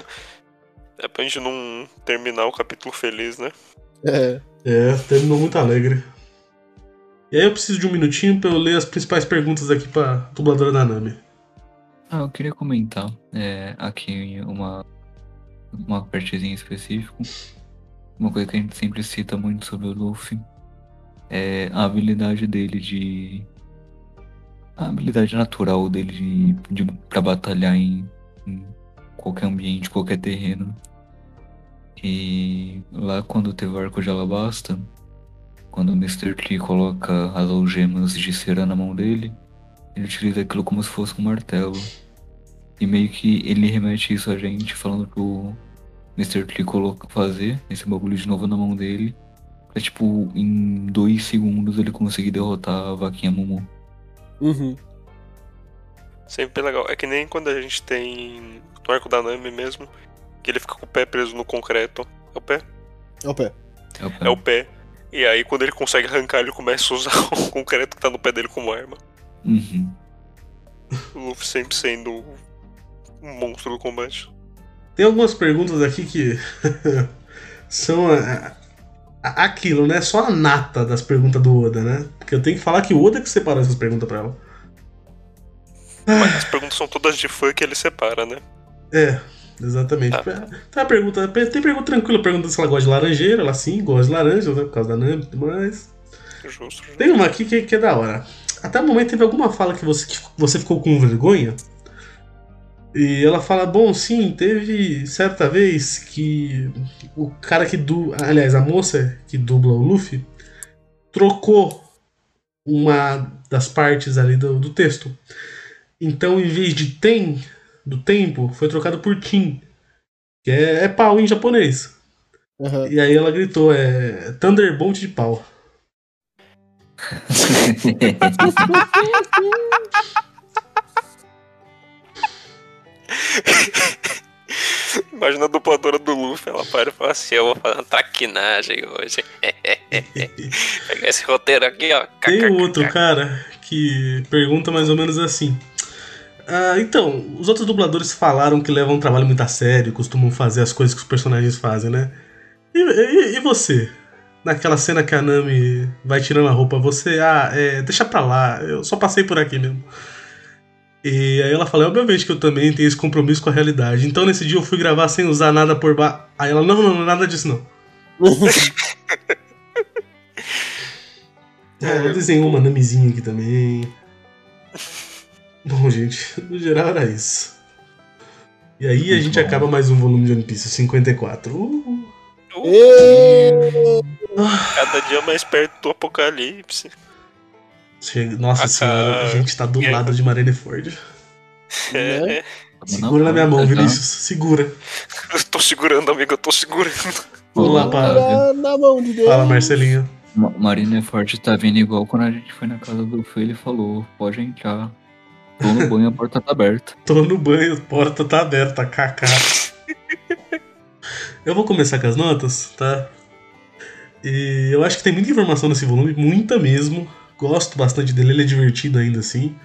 S3: É pra gente não terminar o capítulo feliz, né?
S4: É.
S2: É, terminou muito alegre. E aí eu preciso de um minutinho pra eu ler as principais perguntas aqui pra dubladora da Nami.
S5: Ah, eu queria comentar é, aqui uma, uma partezinha em específico. Uma coisa que a gente sempre cita muito sobre o Luffy é a habilidade dele de. A habilidade natural dele de, de, pra batalhar em, em qualquer ambiente, qualquer terreno. E lá quando teve o arco de Alabasta, quando o Mr. T coloca as algemas de cera na mão dele, ele utiliza aquilo como se fosse um martelo. E meio que ele remete isso a gente, falando pro Mr. T coloca fazer esse bagulho de novo na mão dele. Pra tipo, em dois segundos ele conseguir derrotar a vaquinha Mumu.
S4: Uhum.
S3: Sempre é legal. É que nem quando a gente tem no arco da Nami mesmo, que ele fica com o pé preso no concreto. É o pé?
S4: É o pé.
S5: É o
S3: É o pé. E aí quando ele consegue arrancar, ele começa a usar o concreto que tá no pé dele como arma.
S5: Uhum.
S3: O Luffy sempre sendo um monstro do combate.
S2: Tem algumas perguntas aqui que são a- a- aquilo, né? Só a nata das perguntas do Oda, né? Porque eu tenho que falar que o Oda que separou essas perguntas pra ela.
S3: Mas as perguntas são todas de fã que ele separa, né?
S2: É, exatamente.
S3: Ah.
S2: Tem, uma pergunta, tem pergunta tranquila perguntando se ela gosta de laranjeira. Ela sim gosta de laranja, né? Por causa da Nami, mas.
S3: Justo. justo.
S2: Tem uma aqui que, que é da hora. Até o momento teve alguma fala que você, que você ficou com vergonha. E ela fala, bom, sim, teve certa vez que o cara que du... Aliás, a moça que dubla o Luffy trocou uma das partes ali do, do texto. Então, em vez de tem, do tempo, foi trocado por tim, que é, é pau em japonês.
S4: Aham.
S2: E aí ela gritou, é Thunderbolt de pau.
S3: Imagina a dubladora do Luffy, ela para e fala assim, eu vou fazer uma traquinagem hoje. Pegar esse roteiro aqui, ó.
S2: Tem o outro cara que pergunta mais ou menos assim. Ah, então, os outros dubladores falaram que levam o trabalho muito a sério, costumam fazer as coisas que os personagens fazem, né? E, e- e você? Naquela cena que a Nami vai tirando a roupa, você, ah, é, deixa pra lá, eu só passei por aqui mesmo. E aí ela fala, é obviamente que eu também tenho esse compromisso com a realidade. Então nesse dia eu fui gravar sem usar nada por baixo. Aí ela, não, não, não, nada disso não. É, eu desenhou uma namizinha aqui também. Bom, gente, no geral era isso. E aí a
S5: Muito
S2: gente
S5: bom.
S2: acaba mais um volume de One Piece, 54. Uh,
S4: Ê!
S3: Cada dia mais perto do apocalipse.
S2: chega- nossa
S3: Ah,
S2: senhora,
S3: cara.
S2: a gente tá do
S3: E aí?
S2: lado de Marineford.
S3: É,
S2: Né? Segura na minha mão,
S5: é
S2: Vinícius, segura.
S3: eu tô segurando, amigo, eu tô segurando.
S2: Vamos lá, pá.
S4: Lá né? Tá na mão de Deus.
S2: Fala, Marcelinho.
S5: tá? Ma- Marina Forte tá vindo igual quando a gente foi na casa do Fê, ele falou, pode entrar. Tô no banho, a porta tá aberta.
S2: Tô no banho, a porta tá aberta, kaká. eu vou começar com as notas, tá? E eu acho que tem muita informação nesse volume, muita mesmo. Gosto bastante dele, ele é divertido ainda assim.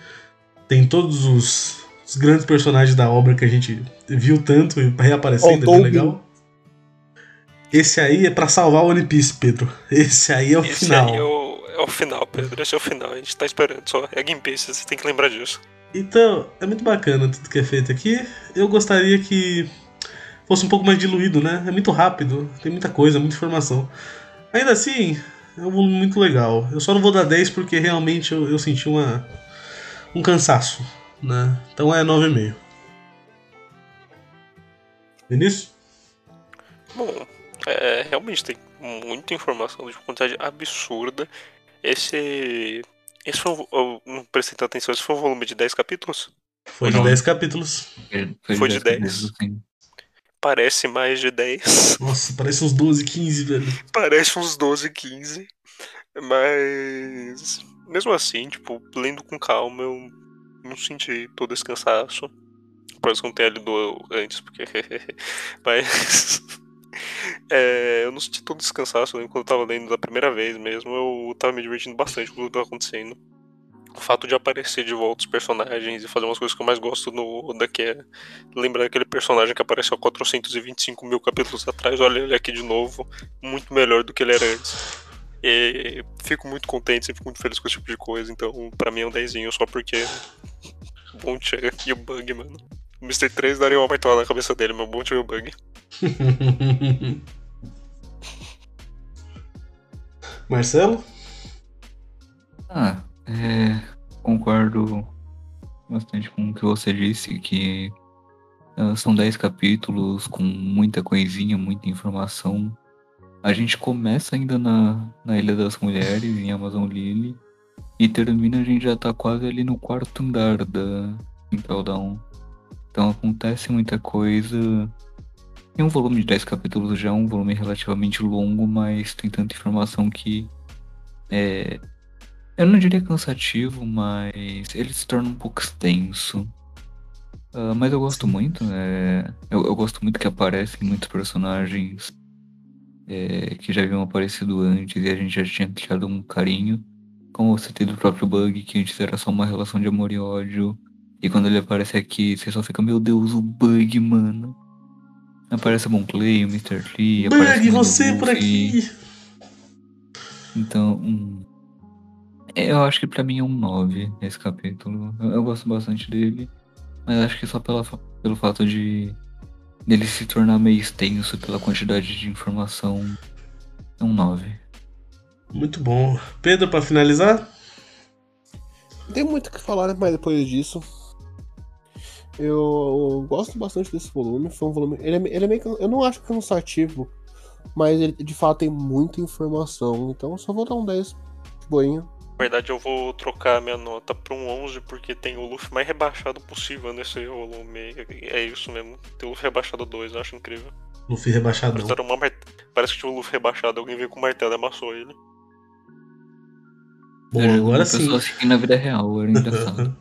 S2: Tem todos os, os grandes personagens da obra que a gente viu tanto e reaparecendo, é bem
S4: Faltou um.
S2: legal. Esse aí é pra salvar o One Piece, Pedro. Esse aí é o
S3: Esse
S2: final.
S3: aí é o, é o final, Pedro. Esse é o final. A gente tá esperando só. É Game Piece, você tem que lembrar disso.
S2: Então, é muito bacana tudo que é feito aqui. Eu gostaria que fosse um pouco mais diluído, né? É muito rápido, tem muita coisa, muita informação. Ainda assim, é um volume muito legal. Eu só não vou dar 10 porque realmente eu, eu senti uma, um cansaço, né? Então é 9,5. Vinícius?
S3: Bom, é, realmente tem muita informação de quantidade absurda. Esse. Esse foi. o- Eu não prestei tanta atenção, esse foi um volume de 10 capítulos?
S2: Foi de
S5: Não.
S2: 10 capítulos.
S3: Foi de
S5: dez vezes,
S3: Parece mais de 10.
S2: Nossa, parece uns 12, 15, velho.
S3: Parece uns 12, 15. Mas. Mesmo assim, tipo, lendo com calma, eu não senti todo esse cansaço. Parece que eu não tenha lido antes, porque. Mas. é, eu não senti todo esse cansaço. Eu lembro quando eu tava lendo da primeira vez mesmo, eu tava me divertindo bastante com tudo que tava acontecendo. o fato de aparecer de volta os personagens e fazer umas coisas que eu mais gosto no Oda, que é lembrar aquele personagem que apareceu 425 mil capítulos atrás, olha ele aqui de novo, muito melhor do que ele era antes. E fico muito contente, sempre fico muito feliz com esse tipo de coisa, então pra mim é um 10 só porque o Boncher e o Bug, mano. O Mr. 3 daria uma martelada na cabeça dele, meu Boncher e o Bug.
S2: Marcelo?
S5: Ah, é, concordo bastante com o que você disse, que ah, são 10 capítulos com muita coisinha, muita informação. A gente começa ainda na, na Ilha das Mulheres, em Amazon Lily, e termina a gente já tá quase ali no quarto andar da Impel Down. Então acontece muita coisa. E um volume de 10 capítulos já é um volume relativamente longo, mas tem tanta informação que é, eu não diria cansativo, mas ele se torna um pouco extenso. Ah, mas eu gosto muito, né? Eu, eu gosto muito que aparecem muitos personagens é, que já haviam aparecido antes e a gente já tinha criado um carinho. Como você tem do próprio Bug, que antes era só uma relação de amor e ódio. E quando ele aparece aqui, você só fica, meu Deus, o Bug, mano. Aparece o Bonclay, o Mr. Lee, aparece
S2: Bug,
S5: o
S2: você
S5: Mandy
S2: por
S5: Luffy.
S2: aqui!
S5: Então, hum, eu acho que pra mim é um 9 esse capítulo. Eu, eu gosto bastante dele, mas acho que só pela, fa- pelo fato de dele se tornar meio extenso pela quantidade de informação, é um 9.
S2: Muito bom. Pedro, pra finalizar?
S4: Não tem muito o que falar, né? Mas depois disso. Eu gosto bastante desse volume. Foi um volume. Ele é, me- ele é meio. can- Eu não acho cansativo, mas ele de fato tem muita informação. Então eu só vou dar um 10 de boinha.
S3: Na verdade, eu vou trocar minha nota pra um 11, porque tem o Luffy mais rebaixado possível nesse volume. É isso mesmo. Tem o Luffy rebaixado 2, eu acho incrível.
S2: Luffy rebaixadão.
S3: Acertaram uma marte- Parece que tinha um Luffy rebaixado, alguém veio com um martelo e amassou ele.
S2: Bom,
S5: Eu-
S2: agora
S5: eu
S2: sim.
S5: só assisti na vida real, era engraçado.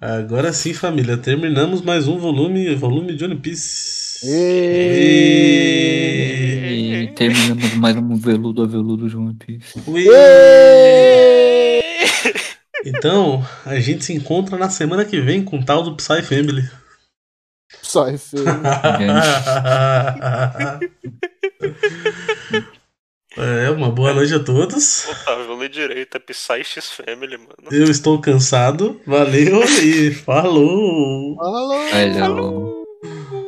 S2: Agora sim, família. Terminamos mais um volume, volume de One Piece.
S4: Ê!
S2: Ê!
S5: e terminamos mais um veludo a veludo de One Piece.
S2: Ui! Então, a gente se encontra na semana que vem com o tal do Psy Family.
S4: Sai, feio.
S2: é, uma boa noite a todos.
S3: Otávio, lê direita, Psy X Family, mano.
S2: Eu estou cansado. Valeu e falou!
S4: Falou!
S5: é Olha, o-